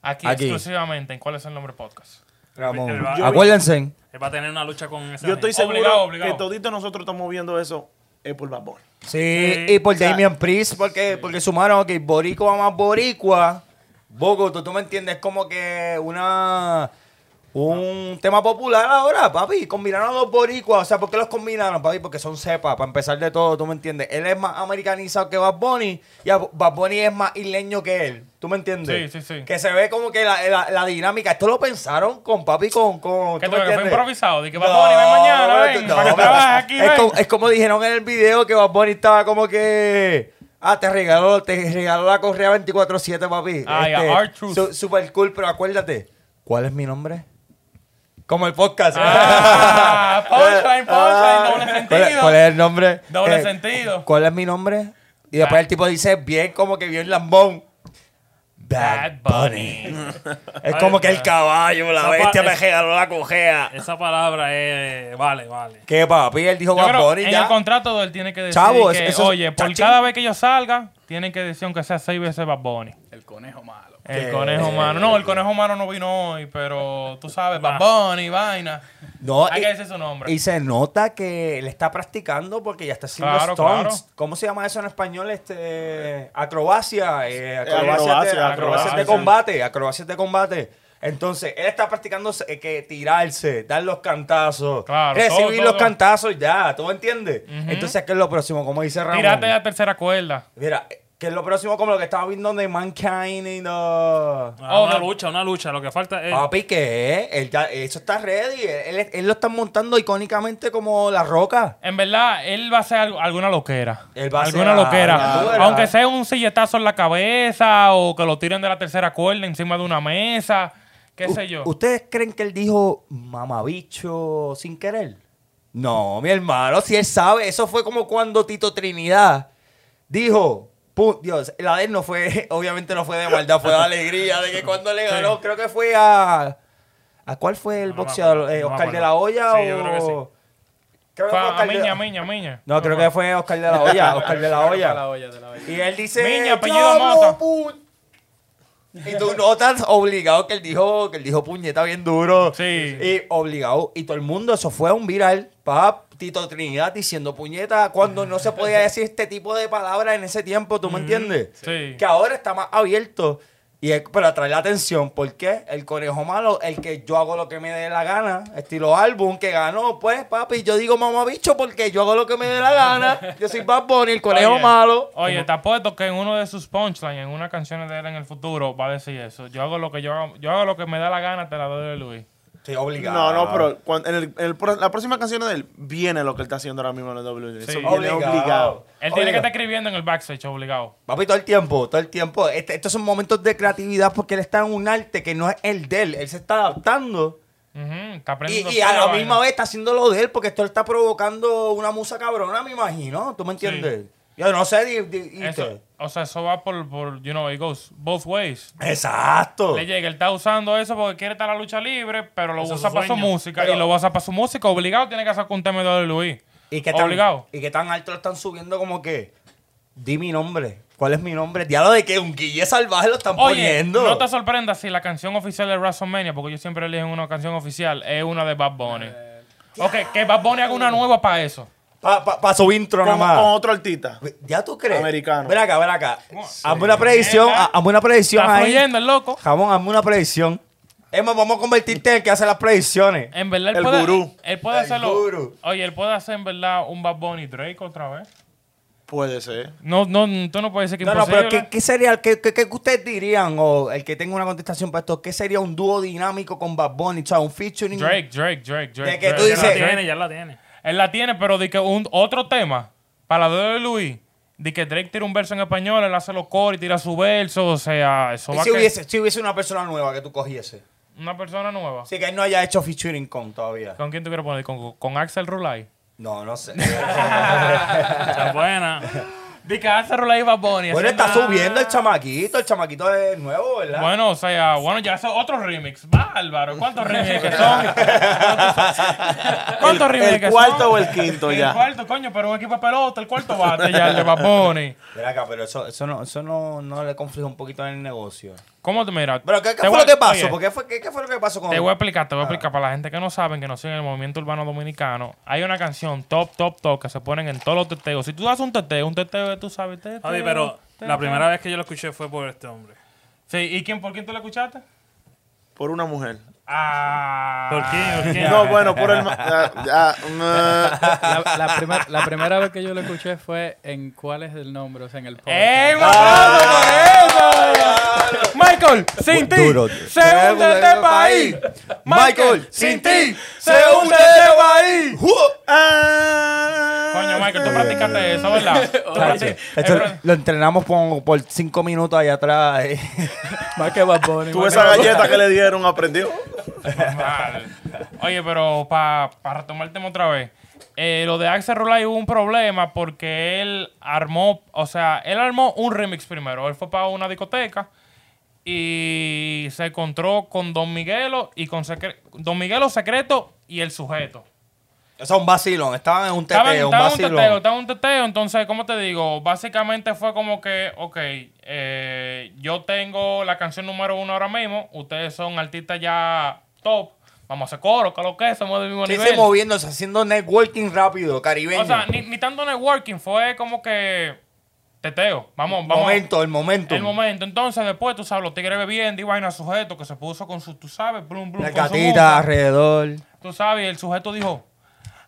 Speaker 1: aquí,
Speaker 2: aquí.
Speaker 1: exclusivamente, ¿en cuál es el nombre podcast?
Speaker 2: Ramón.
Speaker 4: El- el-
Speaker 2: Acuérdense.
Speaker 4: Él va a tener una lucha con esa
Speaker 3: Yo estoy
Speaker 1: Obligado,
Speaker 3: seguro
Speaker 1: pues, obligado.
Speaker 3: que todito nosotros estamos viendo eso es por Bad Bunny.
Speaker 1: Eh,
Speaker 2: Sí, y por
Speaker 3: o sea,
Speaker 2: Damian Priest, porque, porque sumaron que Boricua más Boricua. Bogotá, tú me entiendes, como que una. Un tema popular ahora, papi. Combinaron a los boricuas. O sea, ¿por qué los combinaron, papi? Porque son cepas, para empezar de todo, tú me entiendes. Él es más americanizado que Bad Bunny y a- Bad Bunny es más isleño que él. ¿Tú me entiendes?
Speaker 1: Sí, sí, sí.
Speaker 2: Que se ve como que la, la- la dinámica. Esto lo pensaron con papi, con... con
Speaker 1: ¿Qué
Speaker 2: ¿tú
Speaker 1: tú crees, que fue
Speaker 2: me entiendes?
Speaker 1: improvisado? Dije, Bad Bunny, ven mañana,
Speaker 2: No,
Speaker 1: ven,
Speaker 2: no,
Speaker 1: para que
Speaker 2: pero-
Speaker 1: trabajes aquí,
Speaker 2: es,
Speaker 1: ven.
Speaker 2: como, es como dijeron en el video que Bad Bunny estaba como que. Ah, te regaló, te regaló la correa 24-7, papi. Este,
Speaker 1: Ah, ya, R-Truth.
Speaker 2: su- super cool, pero acuérdate, ¿cuál es mi nombre? Como el podcast. *laughs*
Speaker 1: Ah, punchline, punchline,
Speaker 2: Ah,
Speaker 1: doble
Speaker 2: ¿cuál, es-
Speaker 1: sentido.
Speaker 2: cuál es el nombre? Eh,
Speaker 1: Doble sentido.
Speaker 2: ¿Cuál es mi nombre? Y después el tipo dice bien, como que bien lambón. Bad Bunny. es como que el caballo, la
Speaker 4: Esa pa-
Speaker 2: bestia me
Speaker 4: es-
Speaker 2: regaló la correa.
Speaker 4: Esa palabra es. Vale, vale.
Speaker 2: Que papi, él dijo
Speaker 1: Yo
Speaker 2: Bad
Speaker 1: creo,
Speaker 2: Bunny
Speaker 1: en
Speaker 2: ya.
Speaker 1: el contrato de él tiene que decir
Speaker 2: Chavo,
Speaker 1: que,
Speaker 2: es- eso es-
Speaker 1: oye, por
Speaker 2: chachín.
Speaker 1: cada vez que yo salga, tienen que decir aunque sea seis veces Bad Bunny.
Speaker 5: El conejo malo.
Speaker 1: El
Speaker 2: Eh,
Speaker 1: conejo humano. No, el conejo humano no vino hoy, pero tú sabes, Bad Bunny, vaina.
Speaker 2: No,
Speaker 1: Hay
Speaker 2: y,
Speaker 1: que decir su nombre.
Speaker 2: y se nota que le está practicando porque ya está haciendo
Speaker 1: Claro,
Speaker 2: stunts.
Speaker 1: claro.
Speaker 2: ¿Cómo se llama eso en español? Este, acrobacia. eh, acrobacia,
Speaker 3: acrobacia,
Speaker 2: de, acrobacias de
Speaker 1: acrobacia.
Speaker 2: combate. Acrobacias de combate. Entonces, él está practicando eh, que tirarse, dar los cantazos,
Speaker 1: Claro,
Speaker 2: recibir
Speaker 1: todo,
Speaker 2: los
Speaker 1: todo.
Speaker 2: cantazos ya, ¿tú me entiendes? Entonces, ¿qué es lo próximo? Como dice Ramón.
Speaker 1: Tírate a tercera cuerda.
Speaker 2: Mira, eh, Que es lo próximo como lo que estaba viendo de Mankind y no...
Speaker 4: Ah, una
Speaker 1: no.
Speaker 4: lucha, una lucha. Lo que falta es.
Speaker 2: Papi, ¿qué? Él ya- eso está ready. Él, él- él lo está montando icónicamente como la roca.
Speaker 1: En verdad, él va a hacer algo- alguna loquera.
Speaker 2: Él va a hacer
Speaker 1: alguna
Speaker 2: algo,
Speaker 1: loquera.
Speaker 2: tú verás.
Speaker 1: Aunque sea un silletazo en la cabeza o que lo tiren de la tercera cuerda encima de una mesa, qué sé yo.
Speaker 2: U- ¿Ustedes creen que él dijo mamabicho sin querer? No, mi hermano, si él sabe, eso fue como cuando Tito Trinidad dijo, pu- Dios, la de él no fue, *laughs* obviamente no fue de maldad, fue de alegría, de que cuando le ganó, creo que fue a... ¿A cuál fue el
Speaker 4: No me
Speaker 2: boxeador?
Speaker 4: acuerdo,
Speaker 2: Eh,
Speaker 4: no me
Speaker 2: ¿Oscar de
Speaker 4: acuerdo.
Speaker 2: la Hoya
Speaker 4: Sí, yo
Speaker 2: o...?
Speaker 4: creo que sí.
Speaker 2: Creo que
Speaker 1: Fue
Speaker 2: fue
Speaker 1: a
Speaker 2: Oscar de-
Speaker 1: miña, miña, miña.
Speaker 2: No, creo que fue Oscar de la Hoya, Oscar de la
Speaker 5: De la
Speaker 2: Hoya.
Speaker 5: olla, de la olla.
Speaker 2: Y él dice,
Speaker 1: Miña, apellido
Speaker 2: "Diablo,
Speaker 1: Mata".
Speaker 2: pu-". Y tú notas obligado que él dijo, que él dijo puñeta bien duro.
Speaker 1: Sí.
Speaker 2: Y obligado. Y todo el mundo, eso fue un viral. Pap, Tito Trinidad diciendo puñeta cuando no se podía decir este tipo de palabras en ese tiempo, ¿tú me entiendes?
Speaker 1: Sí.
Speaker 2: Que ahora está más abierto. Y es para atraer la atención. porque El conejo malo, el que yo hago lo que me dé la gana, estilo álbum que ganó, pues, papi, yo digo mamabicho porque yo hago lo que me dé la gana. Yo soy Bad Bunny, el conejo
Speaker 1: Oye,
Speaker 2: malo.
Speaker 1: Oye, te apuesto que en uno de sus punchlines, en una canción de él en el futuro, va a decir eso. Yo hago lo que yo hago, yo hago lo que me da la gana, te la doy de Luis.
Speaker 2: Estoy obligado.
Speaker 3: No, no, pero cuando- en, el- en el pro- la próxima canción de él viene lo que él está haciendo ahora mismo en la WWE.
Speaker 1: Sí.
Speaker 3: Eso viene obligado.
Speaker 1: Él tiene que
Speaker 2: Obligado.
Speaker 1: estar escribiendo en el backstage, obligado.
Speaker 2: Papi, todo el tiempo, todo el tiempo. Este- estos son momentos de creatividad porque él está en un arte que no es el de él. Él se está adaptando.
Speaker 1: Ujú, está
Speaker 2: Y,
Speaker 1: aprendiendo
Speaker 2: y a
Speaker 1: toda
Speaker 2: la misma
Speaker 1: vaina.
Speaker 2: vez está haciendo lo de él porque esto le está provocando una musa cabrona, me imagino. ¿Tú me entiendes? Yo no sé. di- di- di-
Speaker 1: Eso- o sea, eso va por, por, you know, it goes both ways.
Speaker 2: Exacto.
Speaker 1: Le llega, él está usando eso porque quiere estar en la lucha libre, pero lo
Speaker 4: Ese es
Speaker 1: usa
Speaker 4: su
Speaker 1: para su
Speaker 4: sueño.
Speaker 1: música
Speaker 2: Pero-
Speaker 1: y lo usa para su música. Obligado tiene que sacar un tema de Luis.
Speaker 2: ¿Y qué, tan,
Speaker 1: obligado.
Speaker 2: ¿Y qué tan alto lo están subiendo como que? Di mi nombre. ¿Cuál es mi nombre? Diablo de que un guille salvaje lo están
Speaker 1: Oye,
Speaker 2: poniendo.
Speaker 1: no te sorprendas si la canción oficial de WrestleMania, porque yo siempre elijo una canción oficial, es una de Bad Bunny.
Speaker 2: Eh,
Speaker 1: Ok, que Bad Bunny haga una nueva para eso.
Speaker 2: Para su intro nada
Speaker 3: Con,
Speaker 2: más.
Speaker 3: con otro artista.
Speaker 2: ¿Ya tú crees?
Speaker 3: Americano.
Speaker 2: Ven acá, ven acá. Hazme una predicción,
Speaker 1: Mierda.
Speaker 2: ha- hazme una predicción
Speaker 1: Está
Speaker 2: ahí.
Speaker 1: fluyendo el loco.
Speaker 2: Jamón, hazme una predicción. Es más, vamos a convertirte en el que hace las predicciones.
Speaker 1: En verdad, él
Speaker 3: El
Speaker 1: puede,
Speaker 3: gurú.
Speaker 1: Él puede
Speaker 2: El
Speaker 1: hacerlo.
Speaker 2: gurú.
Speaker 1: Oye, él puede hacer en verdad un Bad Bunny Drake otra vez.
Speaker 3: Puede ser.
Speaker 1: No, no, tú no puedes decir que
Speaker 2: No, no,
Speaker 1: imposible.
Speaker 2: pero ¿qué, qué sería, qué, qué- qué ustedes dirían, o el que tenga una contestación para esto, qué sería un dúo dinámico con Bad Bunny, o sea, un featuring?
Speaker 1: Drake, Drake, Drake, Drake.
Speaker 2: De que
Speaker 1: Drake.
Speaker 2: tú
Speaker 4: Ya la
Speaker 2: dices- ¿eh?
Speaker 4: tiene, ya la tiene.
Speaker 1: Él la tiene, pero de que un otro tema para la de Luis, de que Drake tira un verso en español, él hace los cores, tira su verso, o sea, eso
Speaker 2: Y
Speaker 1: va
Speaker 2: si
Speaker 1: a que-
Speaker 2: hubiese, si hubiese una persona nueva que tú cogiese.
Speaker 1: una persona nueva.
Speaker 2: Así que él no haya hecho featuring con todavía.
Speaker 1: ¿Con quién tú quieres poner? ¿Con, con Axel Rulay?
Speaker 2: No, no
Speaker 1: *laughs*
Speaker 2: sé.
Speaker 4: Está buena.
Speaker 1: De que Axel Rulay y Bad Bunny.
Speaker 2: bueno,
Speaker 1: haciendo-
Speaker 2: está subiendo el chamaquito, el chamaquito es nuevo, ¿verdad?
Speaker 1: Bueno, o sea, bueno, ya eso es otro remix. Bárbaro, ¿cuántos remix que *laughs* son? ¿Cuántos
Speaker 3: El-
Speaker 1: remix
Speaker 3: el
Speaker 1: que
Speaker 3: cuarto
Speaker 1: son?
Speaker 3: o el quinto
Speaker 1: El
Speaker 3: ya.
Speaker 1: cuarto, coño, pero un equipo de pelota, el cuarto bate ya el de Bad Bunny.
Speaker 2: Ven acá, pero eso, eso, no, eso no, no le conflige un poquito en el negocio.
Speaker 1: ¿Cómo te miras?
Speaker 2: Pero, ¿qué, qué
Speaker 1: Te
Speaker 2: fue
Speaker 1: voy-
Speaker 2: lo que pasó? Ah.
Speaker 1: oye,
Speaker 2: ¿Por qué fue, qué, qué fue lo que pasó con
Speaker 1: Te voy a explicar, te voy a explicar para la gente que no saben, que no siguen el movimiento urbano dominicano. Hay una canción top, top, top que se ponen en todos los teteos. Si tú das un teteo, un teteo, tú sabes, teteo.
Speaker 4: Javi, pero la
Speaker 1: teteo.
Speaker 4: primera vez que yo lo escuché fue por este hombre.
Speaker 1: Sí, ¿y quién, por quién tú la escuchaste?
Speaker 3: Por una mujer.
Speaker 1: Ah.
Speaker 4: ¿Por quién? ¿Por quién?
Speaker 3: No, bueno, por el. *laughs* ma- ah, ah, ah.
Speaker 5: La, la primer- la primera vez que yo lo escuché fue en cuál es el nombre, o sea, en el podcast.
Speaker 1: ¡Ey, mamado, por ¡Eh, eso! Michael, sin ti,
Speaker 2: Duro.
Speaker 1: se hunde este país. Michael, sin ti, se hunde este país. Coño, Michael, tú practicaste eso, ¿verdad? Tú practi-
Speaker 2: Esto
Speaker 1: eh, pra-
Speaker 2: lo entrenamos por, por cinco minutos allá atrás. *laughs* eh.
Speaker 5: Más que Bad Bunny.
Speaker 3: Tuve esa galleta que le dieron, aprendió.
Speaker 1: Normal. Oye, pero para retomar el tema otra vez. eh, lo de Axel Rulay hubo un problema porque él armó, o sea, él armó un remix primero. Él fue para una discoteca y se encontró con Don Miguelo y con Secre- Don Miguelo Secreto y el sujeto.
Speaker 2: Eso es un vacilón. Estaban en un teteo,
Speaker 1: Estaba en
Speaker 2: un
Speaker 1: estaba en un
Speaker 2: vacilón.
Speaker 1: teteo, estaba en un teteo. Entonces, ¿cómo te digo? Básicamente fue como que, ok, eh, yo tengo la canción número uno ahora mismo. Ustedes son artistas ya top. Vamos a hacer coro, que lo que es, somos del mismo
Speaker 2: Sí,
Speaker 1: nivel.
Speaker 2: se moviéndose, haciendo networking rápido, caribeño.
Speaker 1: o sea, ni, ni tanto networking, fue como que teteo. Vamos, vamos.
Speaker 2: momento, el momento.
Speaker 1: El momento. Entonces, después, tú sabes, los tigres bebiendo y vaina sujeto que se puso con su, tú sabes, blum, blum.
Speaker 2: Las
Speaker 1: con su
Speaker 2: gatitas
Speaker 1: música.
Speaker 2: alrededor.
Speaker 1: Tú sabes, y el sujeto dijo,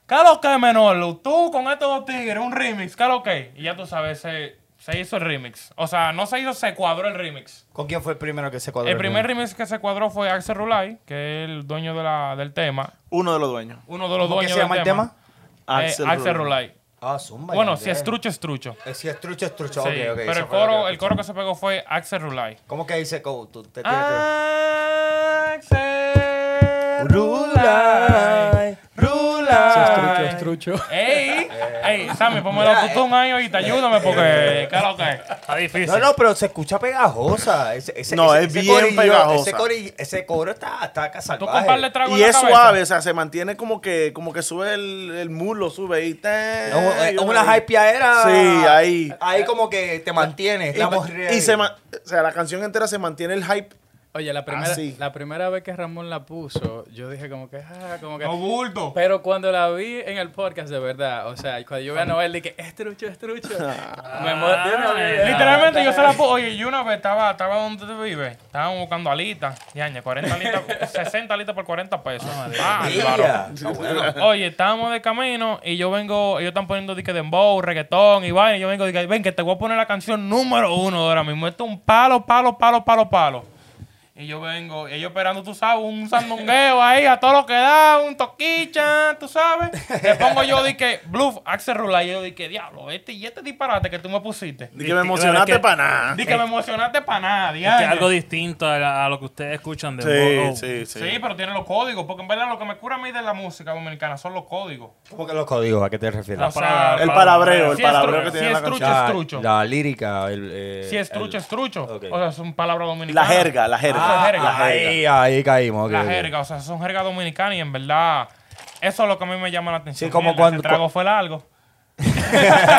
Speaker 1: ¿qué es lo que, Menolo? Tú con estos dos tigres, un remix, ¿qué es lo que? Y ya tú sabes, se, Se hizo el remix. O sea, no se hizo, se cuadró el remix.
Speaker 2: ¿Con quién fue el primero que se cuadró?
Speaker 1: El primer remix que se cuadró fue Axel Rulay, que es el dueño de la- del tema.
Speaker 3: Uno de los dueños.
Speaker 1: Uno de los
Speaker 2: ¿Cómo que
Speaker 1: dueños
Speaker 2: se llama
Speaker 1: del
Speaker 2: el tema?
Speaker 1: Eh, Axel, Rulay.
Speaker 2: Ah, zumba.
Speaker 1: Bueno,
Speaker 2: ya,
Speaker 1: si
Speaker 2: ya.
Speaker 1: es trucho, es trucho.
Speaker 2: Eh, Si es trucho, es trucho.
Speaker 1: Sí,
Speaker 2: ok, ok,
Speaker 1: pero
Speaker 2: eso
Speaker 1: el
Speaker 2: fue lo que
Speaker 1: coro,
Speaker 2: yo
Speaker 1: el
Speaker 2: escuché.
Speaker 1: coro que se pegó fue Axel Rulay.
Speaker 2: ¿Cómo que dice Cobo? Tú te tienes
Speaker 1: Ah,
Speaker 2: que-
Speaker 1: Axel Rulay.
Speaker 2: Rulay, Rulay.
Speaker 5: Si es trucho, es trucho.
Speaker 1: Ey,
Speaker 3: Eh.
Speaker 1: ey, Sammy, ponme los
Speaker 2: Mira,
Speaker 1: tutum ahí ahorita, ayúdame porque, claro que.
Speaker 4: Está difícil.
Speaker 2: No, no, pero se escucha pegajosa. Ese, ese-
Speaker 3: No,
Speaker 2: ese-
Speaker 3: es
Speaker 2: ese
Speaker 3: bien
Speaker 2: corillo,
Speaker 3: pegajosa.
Speaker 2: Ese, cori- ese coro está, está acá
Speaker 1: Tú
Speaker 2: salvaje.
Speaker 1: comparle trago en
Speaker 3: Y
Speaker 1: la
Speaker 3: es
Speaker 1: cabeza.
Speaker 3: suave, o sea, se mantiene como que, como que sube el, el muslo, sube y te.
Speaker 2: No, eh, una hypeadera.
Speaker 3: Sí, ahí.
Speaker 2: Ahí como que te mantiene. Estamos
Speaker 3: Y, y se ma- o sea, la canción entera se mantiene el hype.
Speaker 5: Oye, la primera,
Speaker 3: sí.
Speaker 5: la primera vez que Ramón la puso, yo dije como que, ah, como que.
Speaker 1: No bulto.
Speaker 5: Pero cuando la vi en el podcast, de verdad, o sea, cuando yo vi a Noel, dije, es trucho, es trucho.
Speaker 3: Ah.
Speaker 5: Me mo- de una vez.
Speaker 1: Literalmente yo se la puse. Oye, yo una vez estaba, estaba donde tú vives. Estábamos buscando alitas. Y añe, 40 alitas, 60 alitas por 40 pesos. Ah, claro.
Speaker 2: Mira, está bueno.
Speaker 1: *laughs* Oye, estábamos de camino y yo vengo, ellos están poniendo dique dembow, reggaetón y vaina. Y yo vengo y digo, ven que te voy a poner la canción número uno ahora mismo. Esto es un palo, palo, palo, palo, palo. Y yo vengo, ellos esperando, tú sabes, un sandungueo ahí, a todo lo que da, un toquicha, tú sabes. Le pongo yo, dije, Bluff, Axel Rula, y yo dije, diablo, este y este disparate que tú me pusiste.
Speaker 3: Y que me emocionaste
Speaker 4: Es que-
Speaker 3: para nada.
Speaker 1: Dije, me emocionaste para nada,
Speaker 4: Es que es
Speaker 1: diablo.
Speaker 4: algo distinto a, la- a lo que ustedes escuchan de
Speaker 3: Sí,
Speaker 4: Bow.
Speaker 3: sí, sí.
Speaker 1: Sí, pero tiene los códigos, porque en verdad lo que me cura a mí de la música dominicana son los códigos.
Speaker 2: ¿Cómo que los códigos? ¿A qué te refieres?
Speaker 1: O
Speaker 4: La
Speaker 1: sea,
Speaker 4: palabra-
Speaker 3: el palabreo, el
Speaker 1: Si es
Speaker 3: palabreo
Speaker 1: tru-
Speaker 3: que
Speaker 1: si
Speaker 3: tiene
Speaker 1: es
Speaker 3: la
Speaker 1: trucho,
Speaker 3: canción.
Speaker 1: es trucho.
Speaker 2: La lírica. El, eh,
Speaker 1: Si es
Speaker 2: el-
Speaker 1: trucho, es trucho.
Speaker 2: Ok.
Speaker 1: O sea, son palabras
Speaker 3: La
Speaker 1: dominicanas.
Speaker 3: jerga, la jerga.
Speaker 1: Ah, jerga.
Speaker 3: La jerga.
Speaker 2: Ahí, ahí caímos. ok,
Speaker 1: La
Speaker 2: ok.
Speaker 1: jerga, o sea, son jerga dominicana y en verdad, eso es lo que a mí me llama la atención.
Speaker 2: Sí, como
Speaker 1: Mierda,
Speaker 2: cuando-
Speaker 1: Ese trago fue
Speaker 2: *laughs*
Speaker 1: largo. *laughs*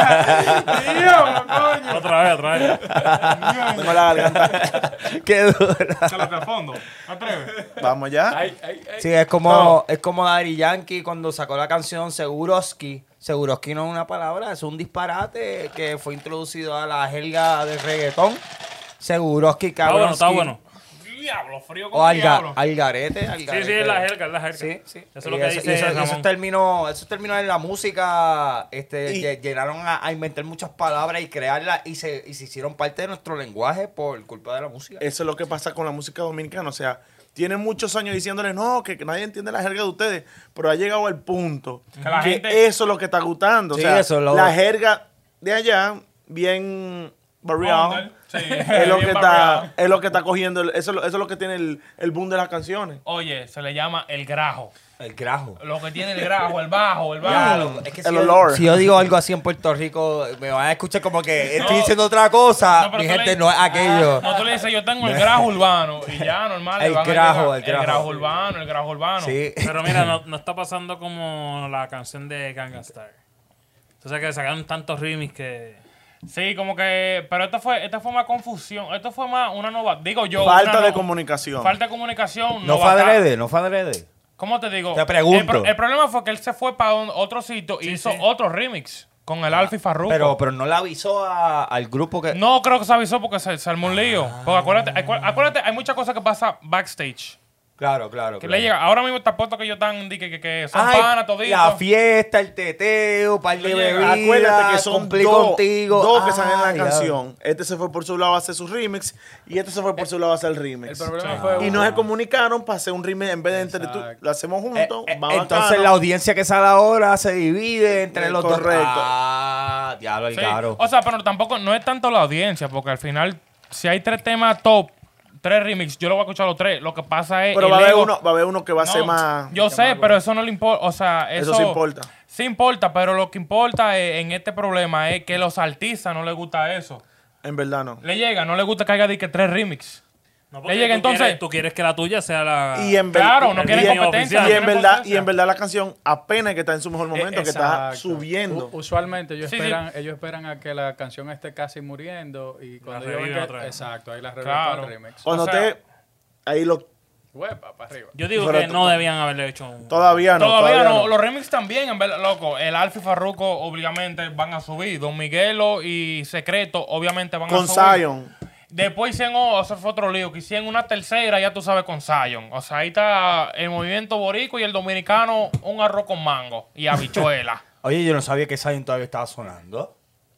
Speaker 1: Diablo, coño.
Speaker 4: Otra vez, otra vez.
Speaker 3: Ah, Tengo la garganta.
Speaker 2: *laughs* Qué
Speaker 4: Eh,
Speaker 2: dura.
Speaker 1: Se lo que al fondo. ¿Te atreves?
Speaker 3: Vamos allá.
Speaker 5: Ay, ay, ay.
Speaker 2: Sí, es como, es como Daddy Yankee cuando sacó la canción Seguroski. Seguroski no es una palabra, es un disparate que fue introducido a la jerga del reggaetón. Seguroski,
Speaker 4: Está
Speaker 2: cabrón.
Speaker 4: bueno, está bueno.
Speaker 1: Diablo, frío como
Speaker 2: O alga-
Speaker 1: diablo.
Speaker 2: algarete,
Speaker 4: Sí,
Speaker 2: algarete.
Speaker 4: sí, es la jerga, es la jerga.
Speaker 2: Sí, sí.
Speaker 4: Eso es lo
Speaker 2: Y
Speaker 4: que
Speaker 2: eso-
Speaker 4: dice
Speaker 2: y eso-
Speaker 4: Ramón.
Speaker 2: Esos términos, esos términos en la música este,
Speaker 3: Y-
Speaker 2: lle- llegaron a, a inventar muchas palabras y crearlas y se, y se hicieron parte de nuestro lenguaje por culpa de la música.
Speaker 3: Eso es lo que pasa con la música dominicana. O sea, tienen muchos años diciéndoles, no, que que nadie entiende la jerga de ustedes, pero ha llegado al punto
Speaker 1: Que la
Speaker 3: que
Speaker 1: gente-
Speaker 3: eso es lo que está gustando.
Speaker 2: Sí,
Speaker 3: o sea,
Speaker 2: eso es lo-
Speaker 3: la jerga de allá, bien barrial,
Speaker 1: Sí,
Speaker 3: *laughs* es,
Speaker 1: *laughs*
Speaker 3: lo que
Speaker 1: bien
Speaker 3: está,
Speaker 1: barriado.
Speaker 3: es lo que está cogiendo, el- eso, es lo- eso es lo que tiene el, el boom de las canciones.
Speaker 1: Oye, se le llama el grajo.
Speaker 2: El grajo. Mm.
Speaker 1: Lo que tiene el grajo, el bajo, el
Speaker 2: Ya,
Speaker 1: bajo.
Speaker 2: loco, es que
Speaker 3: El
Speaker 2: si yo-
Speaker 3: olor.
Speaker 2: si Yo, digo algo así en Puerto Rico, me van a escuchar como que estoy diciendo otra cosa.
Speaker 1: No, pero
Speaker 2: Mi
Speaker 1: tú
Speaker 2: gente
Speaker 1: le- "Ah,
Speaker 2: no es aquello.
Speaker 1: No, tú le dices, yo tengo el grajo urbano. Y ya, normal. le
Speaker 2: El
Speaker 1: van a
Speaker 2: grajo,
Speaker 1: llevar-
Speaker 2: el grajo.
Speaker 1: urbano, el grajo urbano.
Speaker 2: Sí. *laughs*
Speaker 4: Pero mira, no, no está pasando como la canción de Gangnam Style. Entonces que sacaron tantos remix que...
Speaker 1: Sí, como que. Pero esto fue, esta fue más confusión. Esto fue más una nova. Digo yo.
Speaker 3: Falta
Speaker 1: una
Speaker 3: de
Speaker 1: no-
Speaker 3: comunicación.
Speaker 1: Falta de comunicación.
Speaker 2: No fue
Speaker 1: novata-
Speaker 2: adrede, no fue adrede.
Speaker 1: ¿Cómo te digo?
Speaker 2: Te pregunto.
Speaker 1: El, pro- el problema fue que él se fue para otro sitio y hizo otro remix con el Alfa y Farruko.
Speaker 2: Ah, Pero, eh, pero no le avisó a- al grupo que.
Speaker 1: No creo que se avisó porque se, se armó un lío.
Speaker 2: Ah.
Speaker 1: Porque acuérdate, acu- acuérdate, hay muchas cosas que pasa backstage.
Speaker 2: Claro, claro.
Speaker 1: Que
Speaker 2: claro.
Speaker 1: le llega. Ahora mismo está puesto que ellos están. di Que, que, que son
Speaker 2: Ay,
Speaker 1: panas toditos.
Speaker 2: la fiesta, el teteo, par de
Speaker 1: Le llega.
Speaker 2: bebidas.
Speaker 3: Acuérdate que son
Speaker 2: cumplí
Speaker 3: dos,
Speaker 2: contigo.
Speaker 3: dos que salen en la
Speaker 2: Ay, ya.
Speaker 3: canción. Este se fue por su lado a hacer su remix y este se fue por su lado a hacer el remix.
Speaker 5: El problema fue.
Speaker 3: Y no se comunicaron para hacer un remix en vez de entre tú.
Speaker 5: Exacto.
Speaker 3: Lo hacemos
Speaker 2: Eh,
Speaker 3: juntos.
Speaker 2: eh,
Speaker 3: va
Speaker 2: entonces
Speaker 3: bacano.
Speaker 2: la audiencia que sale ahora se divide entre
Speaker 3: Eh,
Speaker 2: los dos.
Speaker 3: correcto.
Speaker 2: Ah, diablo, el
Speaker 1: Sí.
Speaker 2: caro.
Speaker 1: O sea, pero tampoco no es tanto la audiencia, porque al final, si hay tres temas top, tres remix, yo lo voy a escuchar los tres. Lo que pasa es.
Speaker 3: Pero
Speaker 1: el
Speaker 3: va a, haber
Speaker 1: ego-
Speaker 3: uno, va a haber uno que va a
Speaker 1: No,
Speaker 3: ser más.
Speaker 1: Yo sé, pero eso no le importa. O sea, eso,
Speaker 3: Eso sí importa.
Speaker 1: Sí importa, pero lo que importa es- en este problema es que los artistas no les gusta eso.
Speaker 3: En verdad no.
Speaker 1: Le llega, no les gusta que haya de que tres remix.
Speaker 4: No,
Speaker 1: Le llega,
Speaker 4: tú
Speaker 1: entonces-
Speaker 4: Quieres, tú quieres que la tuya sea la...
Speaker 3: Y en ver-
Speaker 1: Claro, no
Speaker 3: y-
Speaker 1: quieren
Speaker 3: y en-
Speaker 1: competencia, no
Speaker 3: Y en,
Speaker 1: quieren
Speaker 3: verdad, y
Speaker 1: competencia. Eh,
Speaker 3: en verdad la canción apenas que está en su mejor momento, que está
Speaker 5: Exacto.
Speaker 3: subiendo.
Speaker 5: U- usualmente ellos
Speaker 1: Sí, sí.
Speaker 5: esperan, ellos esperan a que la canción esté casi muriendo y cuando ellos ven
Speaker 4: reviven
Speaker 5: que-
Speaker 4: otra vez.
Speaker 5: exacto, ahí la reviven
Speaker 1: Claro.
Speaker 5: con el remix.
Speaker 3: Cuando
Speaker 1: o sea-
Speaker 3: te. Ahí lo.
Speaker 5: Huepa, para arriba.
Speaker 4: Yo digo
Speaker 3: Pero
Speaker 4: que
Speaker 3: tú-
Speaker 4: no debían haberle hecho un...
Speaker 3: Todavía Ah, no.
Speaker 1: todavía, no.
Speaker 3: no.
Speaker 1: Los remix también, en verdad, loco. El Alfa y Farruko obviamente van a subir. Don Miguelo y Secreto obviamente van a
Speaker 3: Con
Speaker 1: subir.
Speaker 3: Zion.
Speaker 1: Después hicieron, oh, eso fue otro lío, que hicieron una tercera, ya tú sabes, con Zion. O sea, ahí está el movimiento borico y el dominicano, un arroz con mango y habichuela.
Speaker 2: Oye, yo no sabía que Zion todavía estaba sonando.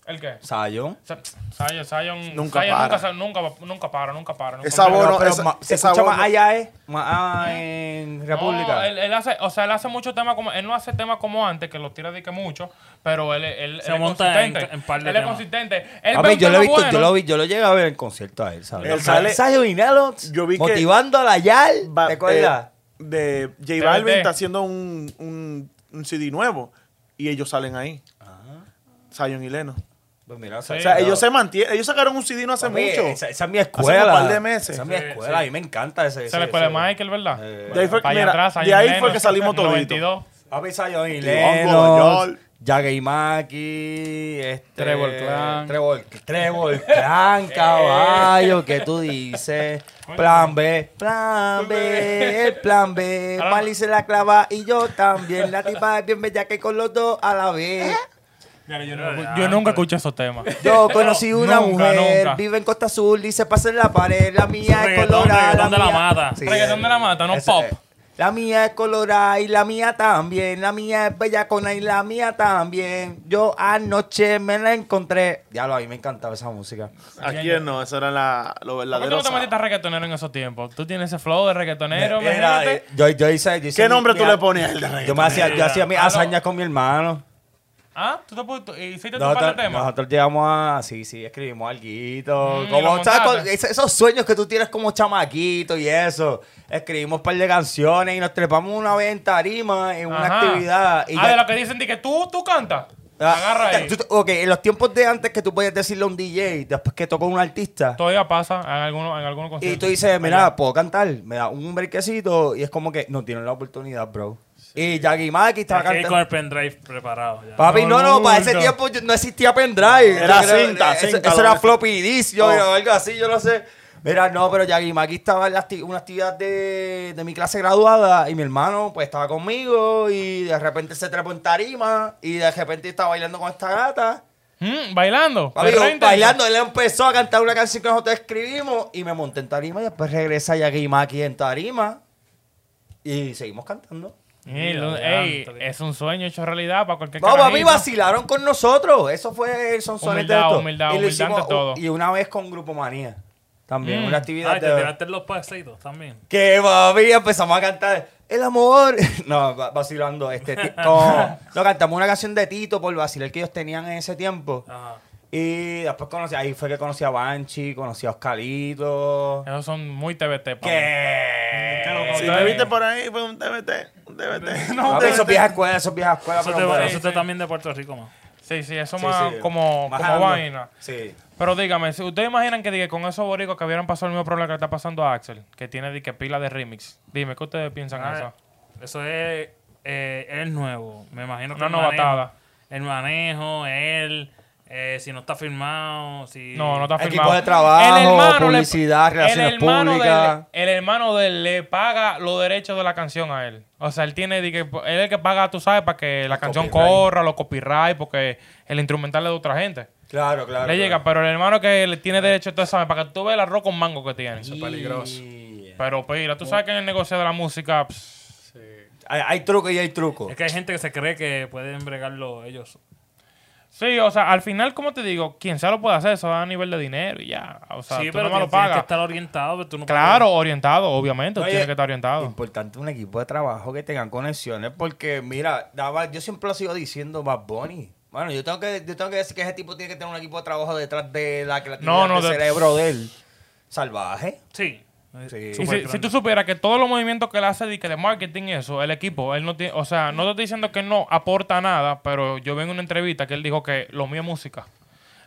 Speaker 1: ¿El qué?
Speaker 2: Sayón.
Speaker 3: Ah,
Speaker 1: Sa- Zion, Zion-
Speaker 3: Nunca
Speaker 1: Zion
Speaker 3: para.
Speaker 1: nunca, sa- nunca, va- nunca para, nunca para. nunca
Speaker 3: Es
Speaker 1: para.
Speaker 3: sabor- Bueno,
Speaker 2: pero
Speaker 3: esa-
Speaker 2: ma- se
Speaker 3: esa
Speaker 2: escucha
Speaker 3: voz-
Speaker 2: más allá, ¿eh? Más allá en República.
Speaker 1: No, él, él hace, o sea, él hace muchos temas como, él no hace temas como antes, que los tira de que mucho, pero él, él,
Speaker 4: Se
Speaker 1: él
Speaker 4: monta
Speaker 1: es consistente.
Speaker 4: en- en par de
Speaker 1: él
Speaker 4: temas.
Speaker 1: es consistente. Él
Speaker 2: A
Speaker 1: ve
Speaker 2: ver,
Speaker 1: un
Speaker 2: yo lo, he
Speaker 1: tema
Speaker 2: visto,
Speaker 1: bueno.
Speaker 2: yo, lo vi, yo lo llegué a ver en concierto a él, ¿sabes?
Speaker 3: Él sale-
Speaker 2: Sayo Vinalo,
Speaker 3: Yo vi que-
Speaker 2: motivando a la Yal,
Speaker 3: Va-
Speaker 2: ¿te acuerdas?
Speaker 3: eh, de J
Speaker 1: TBT.
Speaker 3: Balvin está haciendo un, un, un CD nuevo y ellos salen ahí.
Speaker 2: Ah.
Speaker 3: Zion y Leno.
Speaker 2: Pues mira,
Speaker 1: Sí.
Speaker 3: O sea, ellos se mantienen. Ellos sacaron un CD no hace
Speaker 2: Papi,
Speaker 3: mucho.
Speaker 2: Esa, esa es mi escuela.
Speaker 3: un par de meses.
Speaker 2: Esa es mi
Speaker 1: Sí,
Speaker 2: escuela.
Speaker 1: sí.
Speaker 2: A mí me encanta ese.
Speaker 1: Se
Speaker 2: ese-
Speaker 1: le puede
Speaker 2: ese-
Speaker 1: Michael, ¿verdad?
Speaker 2: Eh,
Speaker 3: De ahí fue,
Speaker 1: Pa' allá
Speaker 3: mira,
Speaker 1: atrás,
Speaker 3: de
Speaker 1: Zion
Speaker 3: ahí
Speaker 1: Lennon,
Speaker 3: fue que
Speaker 1: *laughs*
Speaker 3: salimos toditos.
Speaker 1: 92.
Speaker 2: Papi Sayon y
Speaker 3: Bongo,
Speaker 2: Lennon,
Speaker 3: Yol.
Speaker 2: Jagger Maki, este,
Speaker 5: Trevor Clan.
Speaker 2: Trevor, Trevor Clan, caballo, ¿qué tú dices? Plan B, plan B, el plan B.
Speaker 1: Ahora-
Speaker 2: Mali se la clava y yo también. La tipa es bien bella que con los dos a la vez.
Speaker 1: yo,
Speaker 4: nunca-
Speaker 1: nunca escuché esos *laughs* temas.
Speaker 2: Yo conocí una
Speaker 1: Nunca,
Speaker 2: mujer,
Speaker 1: nunca.
Speaker 2: vive en Costa Azul y se pasa en la pared. La mía es
Speaker 4: Reggaetón,
Speaker 2: colorada.
Speaker 4: reggaetón de la
Speaker 2: mía-
Speaker 4: mata.
Speaker 1: Reggaetón de la mata, no
Speaker 2: Eso
Speaker 1: pop.
Speaker 2: es. La mía es colorada y la mía también. La mía es bellacona y la mía también. Yo anoche me la encontré. Diablo, a mí me encantaba esa música.
Speaker 3: ¿A quién no? Eso era la, lo
Speaker 1: ¿Por qué tú
Speaker 3: verdadero.
Speaker 1: no te metiste a reggaetonero en esos tiempos? Tú tienes ese flow de reggaetonero,
Speaker 2: Era-
Speaker 1: imagínate.
Speaker 2: yo, yo hice, yo hice
Speaker 3: ¿Qué
Speaker 2: mi-
Speaker 3: nombre tú
Speaker 2: mira,
Speaker 3: le ponías al de
Speaker 2: Yo
Speaker 3: reggaetón?
Speaker 2: me hacía, yo hacía mis
Speaker 1: Aló.
Speaker 2: hazañas con mi hermano.
Speaker 1: Ah, tú te pu- hiciste tu par
Speaker 2: Nosotros,
Speaker 1: de temas.
Speaker 2: nosotros llegamos a. Sí, sí, escribimos alguito.
Speaker 1: Mm, y
Speaker 2: como,
Speaker 1: lo
Speaker 2: ¿sabes?
Speaker 1: montaste.
Speaker 2: Con- es- esos sueños que tú tienes como chamaquito y eso. Escribimos un par de canciones y nos trepamos una vez en tarima en una
Speaker 1: Ajá.
Speaker 2: actividad. Y
Speaker 1: ah,
Speaker 2: ya-
Speaker 1: de lo que dicen, di que tú, tú cantas.
Speaker 2: Ah,
Speaker 1: Agarra ahí.
Speaker 2: tú- tú- ok, en los tiempos de antes que tú podías decirle a un DJ, después que tocó un artista,
Speaker 1: Todavía pasa en algunos en algunos
Speaker 2: y tú
Speaker 1: conciertos.
Speaker 2: dices, mira, puedo cantar, me da un brequecito, y es como que no tienen la oportunidad, bro. Y Jackie Maki estaba
Speaker 4: Hay que ir con
Speaker 2: cantando.
Speaker 4: el pendrive preparado. ya.
Speaker 2: Papi, no, no,
Speaker 1: Todo
Speaker 2: para ese
Speaker 1: mundo.
Speaker 2: tiempo yo- no existía pendrive.
Speaker 3: Era
Speaker 2: Yo creo-
Speaker 3: cinta,
Speaker 2: eso,
Speaker 3: cinta,
Speaker 2: Eso
Speaker 3: lo
Speaker 2: era
Speaker 3: que-
Speaker 2: floppy disk, yo,
Speaker 3: Oh.
Speaker 2: o algo así, yo no sé. Mira, no, pero Jackie Maki estaba en la acti- una actividad de, de mi clase graduada y mi hermano pues estaba conmigo y de repente se trepó en tarima y de repente estaba bailando con esta gata.
Speaker 1: Mm, bailando.
Speaker 2: Papi,
Speaker 1: El
Speaker 2: yo
Speaker 1: reinten-
Speaker 2: bailando, él empezó a cantar una canción que nosotros escribimos y me monté en tarima y después regresa Yagimaki en tarima y seguimos cantando.
Speaker 1: Ey, lo-
Speaker 4: Mira,
Speaker 1: ey,
Speaker 4: adelante.
Speaker 1: es un sueño hecho realidad para cualquier
Speaker 2: No, papi,
Speaker 1: carajito.
Speaker 2: vacilaron con nosotros. Eso fue el sonsonete
Speaker 1: Humildad,
Speaker 2: de esto.
Speaker 1: humildad,
Speaker 2: y lo
Speaker 1: humildad
Speaker 2: hicimos,
Speaker 1: ante todo.
Speaker 2: Y una vez con Grupo Manía. También,
Speaker 1: Mm.
Speaker 2: una
Speaker 4: Ay,
Speaker 2: actividad
Speaker 4: te
Speaker 2: de...
Speaker 4: tiraste los pasitos también.
Speaker 2: Que papi, empezamos a cantar El amor. *laughs* No, va- vacilando. Este,
Speaker 1: *laughs*
Speaker 2: ti- no, no, cantamos una canción de Tito por vacilar que ellos tenían en ese tiempo.
Speaker 4: Ajá.
Speaker 2: Y después conocí, ahí fue que conocí a Banshee, conocí a Oscarito.
Speaker 1: Esos son muy TBT. pa' mí.
Speaker 2: ¿Qué?
Speaker 3: Si me viste por ahí, fue un TBT. Un
Speaker 1: Ah,
Speaker 3: TBT. No, un
Speaker 2: Papi, esos
Speaker 3: TBT.
Speaker 2: viejas escuelas, esos viejas escuelas.
Speaker 4: Eso,
Speaker 2: pero
Speaker 4: te,
Speaker 2: bueno.
Speaker 4: eso te también de Puerto Rico, más.
Speaker 1: Sí, sí, eso
Speaker 2: Sí,
Speaker 1: más
Speaker 2: sí.
Speaker 1: como,
Speaker 2: Más
Speaker 1: como
Speaker 2: ando.
Speaker 1: vaina.
Speaker 2: Sí.
Speaker 1: Pero dígame, si ustedes imaginan que diga, con esos boricos que hubieran pasado el mismo problema que le está pasando a Axel, que tiene di que pila de remix. Dime, ¿qué ustedes piensan de eso?
Speaker 4: Ah, Eso es eh, el nuevo. Me imagino que
Speaker 1: Una
Speaker 4: el manejo-
Speaker 1: novatada.
Speaker 4: El manejo, él, eh, si no está firmado, si...
Speaker 1: No, no está
Speaker 2: Equipo
Speaker 1: firmado.
Speaker 2: de trabajo,
Speaker 1: El hermano le-
Speaker 2: publicidad, relaciones
Speaker 1: hermano
Speaker 2: públicas.
Speaker 1: del- el hermano de él le paga los derechos de la canción a él. O sea, él tiene, di que, él es el que paga, tú sabes, para que la canción
Speaker 2: copyright.
Speaker 1: corra, los copyright, porque el instrumental es de otra gente.
Speaker 2: Claro, claro.
Speaker 1: le llega, pero el hermano que le tiene derecho a todo eso, para que tú veas el arroz con mango que tiene.
Speaker 2: es peligroso. Hay,
Speaker 1: Pero pila, tú sabes que en el negocio de la música... pss,
Speaker 2: hay truco y hay truco.
Speaker 4: Es que hay gente que se cree que pueden bregarlo ellos.
Speaker 1: Sí, o sea, al final, como te digo, quien sea lo puede hacer, eso da a nivel de dinero y ya. O sea,
Speaker 4: sí,
Speaker 1: tú
Speaker 4: pero
Speaker 1: nomás lo
Speaker 4: tienes, tienes que
Speaker 1: pagas.
Speaker 4: estar orientado, pero tú no
Speaker 1: Claro, orientado, obviamente,
Speaker 2: Oye,
Speaker 1: tiene que estar orientado.
Speaker 2: Importante un equipo de trabajo que tengan conexiones porque, mira, daba- yo siempre lo sigo diciendo Bad Bunny. Bueno, yo tengo, que, yo tengo que decir que ese tipo tiene que tener un equipo de trabajo detrás de la creatividad
Speaker 1: No, no,
Speaker 2: del
Speaker 1: de-
Speaker 2: cerebro de él. Salvaje.
Speaker 4: Sí.
Speaker 2: Sí.
Speaker 1: Y si,
Speaker 4: Supergrande.
Speaker 1: si tú supieras que todos los movimientos que él hace de, que de marketing y eso, el equipo, él no tiene, o sea, no te estoy diciendo que no aporta nada, pero yo vi en una entrevista que él dijo que lo mío es música.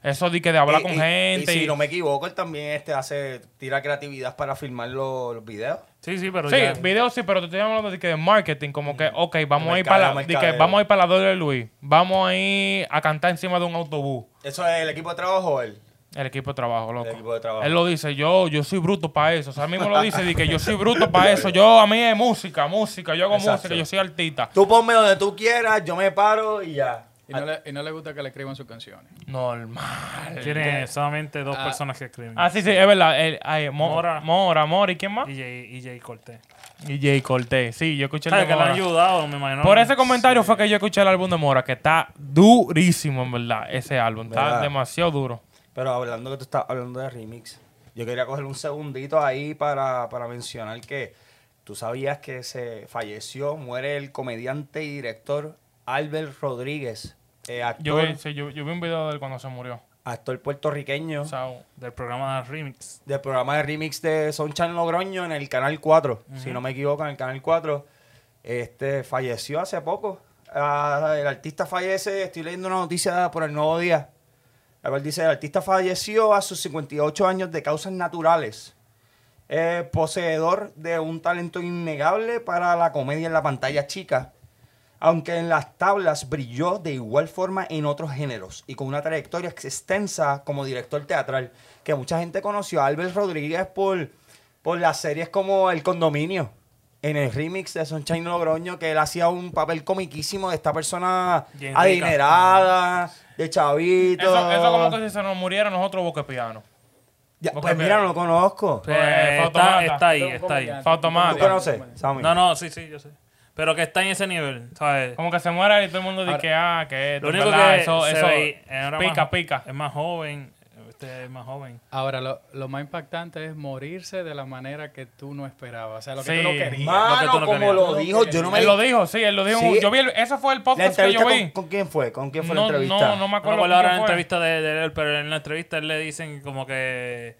Speaker 1: Eso de que de hablar
Speaker 2: Y-
Speaker 1: con
Speaker 2: y-
Speaker 1: gente.
Speaker 2: Y, si
Speaker 1: y-
Speaker 2: no me equivoco, él también este hace, tira creatividad para filmar los, los videos.
Speaker 4: Sí, sí, pero
Speaker 1: Sí,
Speaker 4: ya-
Speaker 1: videos sí, pero te estoy hablando de, que de marketing, como que, ok,
Speaker 2: Mm.
Speaker 1: vamos a ir
Speaker 2: mercadeo,
Speaker 1: para la, de que
Speaker 2: mercadeo.
Speaker 1: vamos a ir para la Dollar Luis, vamos a ir a cantar encima de un autobús.
Speaker 2: ¿Eso es el equipo de trabajo o él?
Speaker 1: El equipo de trabajo, loco.
Speaker 2: El equipo de trabajo.
Speaker 1: Él lo dice, yo, yo soy bruto para eso. O sea, él mismo lo dice, di que yo soy
Speaker 2: *laughs*
Speaker 1: bruto para eso. Yo, a mí es música, música, yo hago
Speaker 2: Exacto.
Speaker 1: música, yo soy artista.
Speaker 2: Tú ponme donde tú quieras, yo me paro y ya.
Speaker 5: Y
Speaker 3: Ah.
Speaker 5: no, le, y no le gusta que le escriban sus canciones.
Speaker 1: Normal.
Speaker 4: Tiene solamente dos personas que escriben.
Speaker 1: Ah, sí, sí, es verdad. El- ay, Mo- Mora.
Speaker 4: Mora.
Speaker 1: Mora, ¿y quién más?
Speaker 4: Y Jay, y Jay Cortés.
Speaker 1: Y Jay Cortés. Sí, yo escuché el
Speaker 4: ¿Sabes
Speaker 1: de
Speaker 4: que le han
Speaker 1: Mora.
Speaker 4: ayudado, me imagino?
Speaker 1: Por ese comentario fue que yo escuché el álbum de Mora, que está durísimo, en verdad, ese álbum. Está
Speaker 2: ¿Verdad?
Speaker 1: demasiado duro.
Speaker 2: Pero hablando que tú estás hablando de remix, yo quería coger un segundito ahí para, para mencionar que tú sabías que se falleció, muere el comediante y director Albert Rodríguez, eh,
Speaker 1: Yo,
Speaker 2: actor,
Speaker 1: vi, sí, yo, yo vi un video de él cuando se murió.
Speaker 2: actor puertorriqueño
Speaker 1: O sea,
Speaker 4: Del programa de Remix.
Speaker 1: Eh,
Speaker 2: del programa de remix de Sonchan Logroño en el Canal 4, si no me equivoco, en el Canal 4. Este falleció hace poco. Ah, el artista fallece, estoy leyendo una noticia por el Nuevo Día. La cual dice, el artista falleció a sus 58 años de causas naturales. Eh, poseedor de un talento innegable para la comedia en la pantalla chica. Aunque en las tablas brilló de igual forma en otros géneros y con una trayectoria extensa como director teatral, que mucha gente conoció a Albert Rodríguez por, por las series como El Condominio, en el remix de Sunshine Logroño, que él hacía un papel comiquísimo de esta persona
Speaker 4: Bien rica.
Speaker 2: adinerada, de chavito.
Speaker 1: eso, eso como que si se nos muriera nosotros boquepiano.
Speaker 2: Ya,
Speaker 1: Boca
Speaker 2: pues mira,
Speaker 1: Piano.
Speaker 2: no lo conozco.
Speaker 1: Sí.
Speaker 4: Pues,
Speaker 1: Eh,
Speaker 4: está,
Speaker 1: Fautomata.
Speaker 4: está ahí,
Speaker 5: Un
Speaker 4: está ahí.
Speaker 5: comediante.
Speaker 1: Fautomata.
Speaker 2: ¿Tú conoces, Sammy?
Speaker 4: Ah, No, no, sí, sí, yo sé. Pero que está en ese nivel, ¿sabes?
Speaker 1: Como que se muera y todo el mundo dice
Speaker 5: Ahora,
Speaker 1: que, ah, que esto,
Speaker 4: Lo único
Speaker 1: ¿verdad?
Speaker 4: que
Speaker 1: eso,
Speaker 4: se
Speaker 1: eso
Speaker 4: ve- era
Speaker 1: pica,
Speaker 4: más-
Speaker 1: pica.
Speaker 4: Es más joven. Este es más joven.
Speaker 5: Ahora, lo, lo más impactante es morirse de la manera que tú no esperabas. O sea, lo que
Speaker 1: Sí.
Speaker 5: tú no
Speaker 4: Lo
Speaker 5: querías.
Speaker 4: que
Speaker 2: Mano,
Speaker 4: tú no
Speaker 2: como
Speaker 4: querías.
Speaker 2: lo dijo, yo no me...
Speaker 1: Él lo dijo, sí, él lo dijo.
Speaker 2: Sí.
Speaker 1: Yo vi, el- ese fue el
Speaker 2: ¿La
Speaker 1: podcast que
Speaker 2: entrevista
Speaker 1: yo
Speaker 2: con,
Speaker 1: vi.
Speaker 2: con quién fue? ¿Con quién fue
Speaker 1: No,
Speaker 2: la entrevista?
Speaker 1: no, no me
Speaker 4: No
Speaker 1: acuerdo.
Speaker 4: recuerdo ahora la
Speaker 1: quién fue.
Speaker 4: entrevista de, de él, pero en la entrevista él le dicen como que...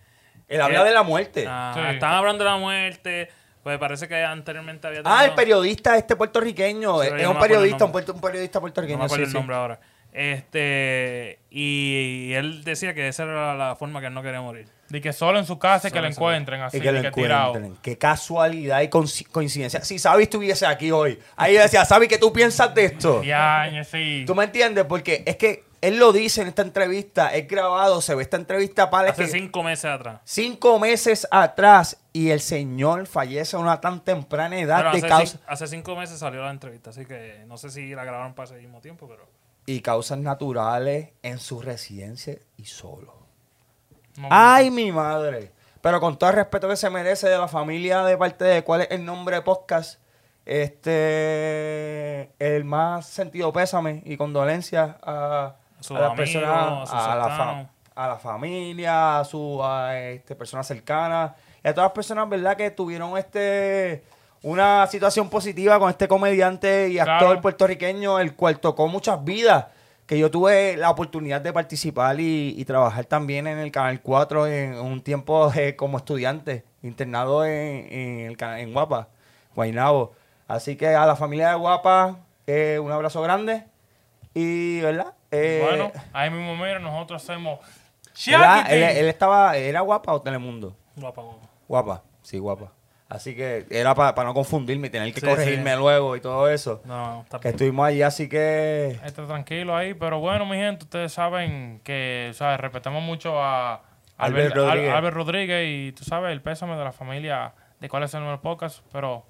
Speaker 2: Él habla de la muerte. Ah,
Speaker 4: ah,
Speaker 1: Sí.
Speaker 4: Están hablando de la muerte. Pues parece que anteriormente había
Speaker 2: el
Speaker 4: tenido-
Speaker 2: periodista este puertorriqueño.
Speaker 4: Sí,
Speaker 2: es
Speaker 4: yo
Speaker 2: es
Speaker 4: no
Speaker 2: un
Speaker 4: me acuerdo el
Speaker 2: periodista, un,
Speaker 4: nombre.
Speaker 2: puerto- un periodista puertorriqueño.
Speaker 4: No me acuerdo
Speaker 2: sí,
Speaker 4: el
Speaker 2: sí.
Speaker 4: nombre ahora. Este, y, y él decía que esa era la forma que él no quería morir.
Speaker 1: De que solo en su casa y que
Speaker 4: Solo
Speaker 1: lo
Speaker 4: en su casa.
Speaker 1: encuentren así,
Speaker 2: Y que lo
Speaker 1: de que tirado.
Speaker 2: encuentren. Qué casualidad y conci- coincidencia. Si Sabi estuviese aquí hoy, ahí decía, Sabi, ¿qué tú piensas de esto?
Speaker 1: Ya, ya, sí.
Speaker 2: ¿Tú me entiendes? Porque es que él lo dice en esta entrevista, es grabado, se ve esta entrevista para
Speaker 4: Hace
Speaker 2: que-
Speaker 4: cinco meses atrás.
Speaker 2: cinco meses atrás y el señor fallece a una tan temprana edad
Speaker 4: Pero
Speaker 2: de
Speaker 4: hace,
Speaker 2: causa
Speaker 4: cin- hace cinco meses salió la entrevista, así que no sé si la grabaron para ese mismo tiempo, pero...
Speaker 2: y causas naturales en su residencia y solo.
Speaker 1: No,
Speaker 2: Ay, mi madre. Pero con todo el respeto que se merece de la familia de parte de cuál es el nombre de podcast, este el más sentido pésame y condolencias a,
Speaker 4: A sus
Speaker 2: a las
Speaker 4: amigos,
Speaker 2: personas,
Speaker 4: a sus
Speaker 2: a, la fa-
Speaker 4: cercanos.
Speaker 2: a la familia, a su a, este, personas cercanas y a todas las personas, ¿verdad? Que tuvieron este una situación positiva con este comediante y actor
Speaker 1: Claro.
Speaker 2: puertorriqueño, el cual tocó muchas vidas. Que yo tuve la oportunidad de participar y, y trabajar también en el Canal 4 en un tiempo eh, como estudiante, internado en, en el, cana- en Guapa, Guaynabo. Así que a la familia de Guapa, eh, un abrazo grande. Y, ¿verdad? Eh,
Speaker 1: Bueno, ahí mismo, mira, nosotros hacemos.
Speaker 2: era-
Speaker 1: Shakitin.
Speaker 2: él, él estaba, ¿era Guapa o Telemundo?
Speaker 4: Guapa, guapa.
Speaker 2: Guapa, sí, Guapa. Así que era para no confundirme y tener que
Speaker 4: Sí,
Speaker 2: corregirme
Speaker 4: sí.
Speaker 2: luego y todo eso.
Speaker 4: No, está
Speaker 2: Que estuvimos allí, así que...
Speaker 1: Está este, tranquilo ahí, pero bueno, mi gente, ustedes saben que, o sea, respetamos mucho a
Speaker 2: Albert
Speaker 1: Albert, Al-
Speaker 2: Rodríguez.
Speaker 1: Albert Rodríguez y tú sabes, el pésame de la familia de cuál es el nuevo podcast, pero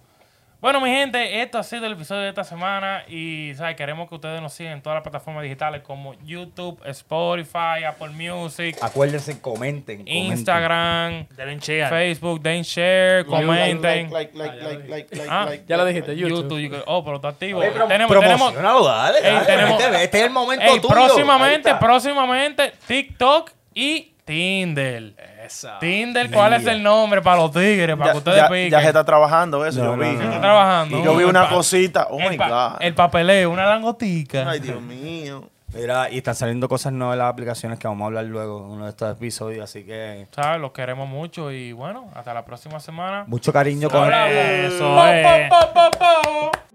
Speaker 1: bueno, mi gente, esto ha sido el episodio de esta semana y, ¿sabes? Queremos que ustedes nos sigan en todas las plataformas digitales como YouTube, Spotify, Apple Music,
Speaker 2: Acuérdense, comenten. comenten.
Speaker 1: Instagram,
Speaker 4: Denle share.
Speaker 1: Facebook, den share, comenten.
Speaker 3: Like, like, like, like, like,
Speaker 1: Ah,
Speaker 3: like,
Speaker 5: Ya lo
Speaker 3: like,
Speaker 5: dijiste, YouTube.
Speaker 1: YouTube, you- oh, pero está activo.
Speaker 2: Oye, pero
Speaker 1: tenemos, tenemos,
Speaker 2: promocionalo, dale,
Speaker 1: Ey,
Speaker 2: dale,
Speaker 1: tenemos-
Speaker 2: este, este es el momento
Speaker 1: Ey,
Speaker 2: tuyo.
Speaker 1: próximamente,
Speaker 2: Ahí está.
Speaker 1: próximamente, TikTok y Tinder.
Speaker 5: Esa.
Speaker 1: Tinder, ¿cuál es el nombre para los tigres? Para
Speaker 3: Ya,
Speaker 1: que ustedes
Speaker 3: ya-
Speaker 1: piquen.
Speaker 3: ya se está trabajando eso,
Speaker 2: No,
Speaker 3: yo
Speaker 2: no,
Speaker 3: vi.
Speaker 2: no.
Speaker 1: Se está trabajando.
Speaker 3: Yo vi una
Speaker 1: El pa-
Speaker 3: cosita. Oh my
Speaker 1: el, pa-
Speaker 3: God.
Speaker 1: el papeleo, una langotica.
Speaker 3: Ay, Dios mío.
Speaker 2: Mira, y están saliendo cosas nuevas de las aplicaciones que vamos a hablar luego en uno de estos episodios, así que
Speaker 1: ¿Sabes? Los queremos mucho y bueno, hasta la próxima semana.
Speaker 2: mucho cariño con
Speaker 1: Ahora-
Speaker 4: Eso
Speaker 1: Pa,
Speaker 4: es.
Speaker 1: pa, pa, pa, pa.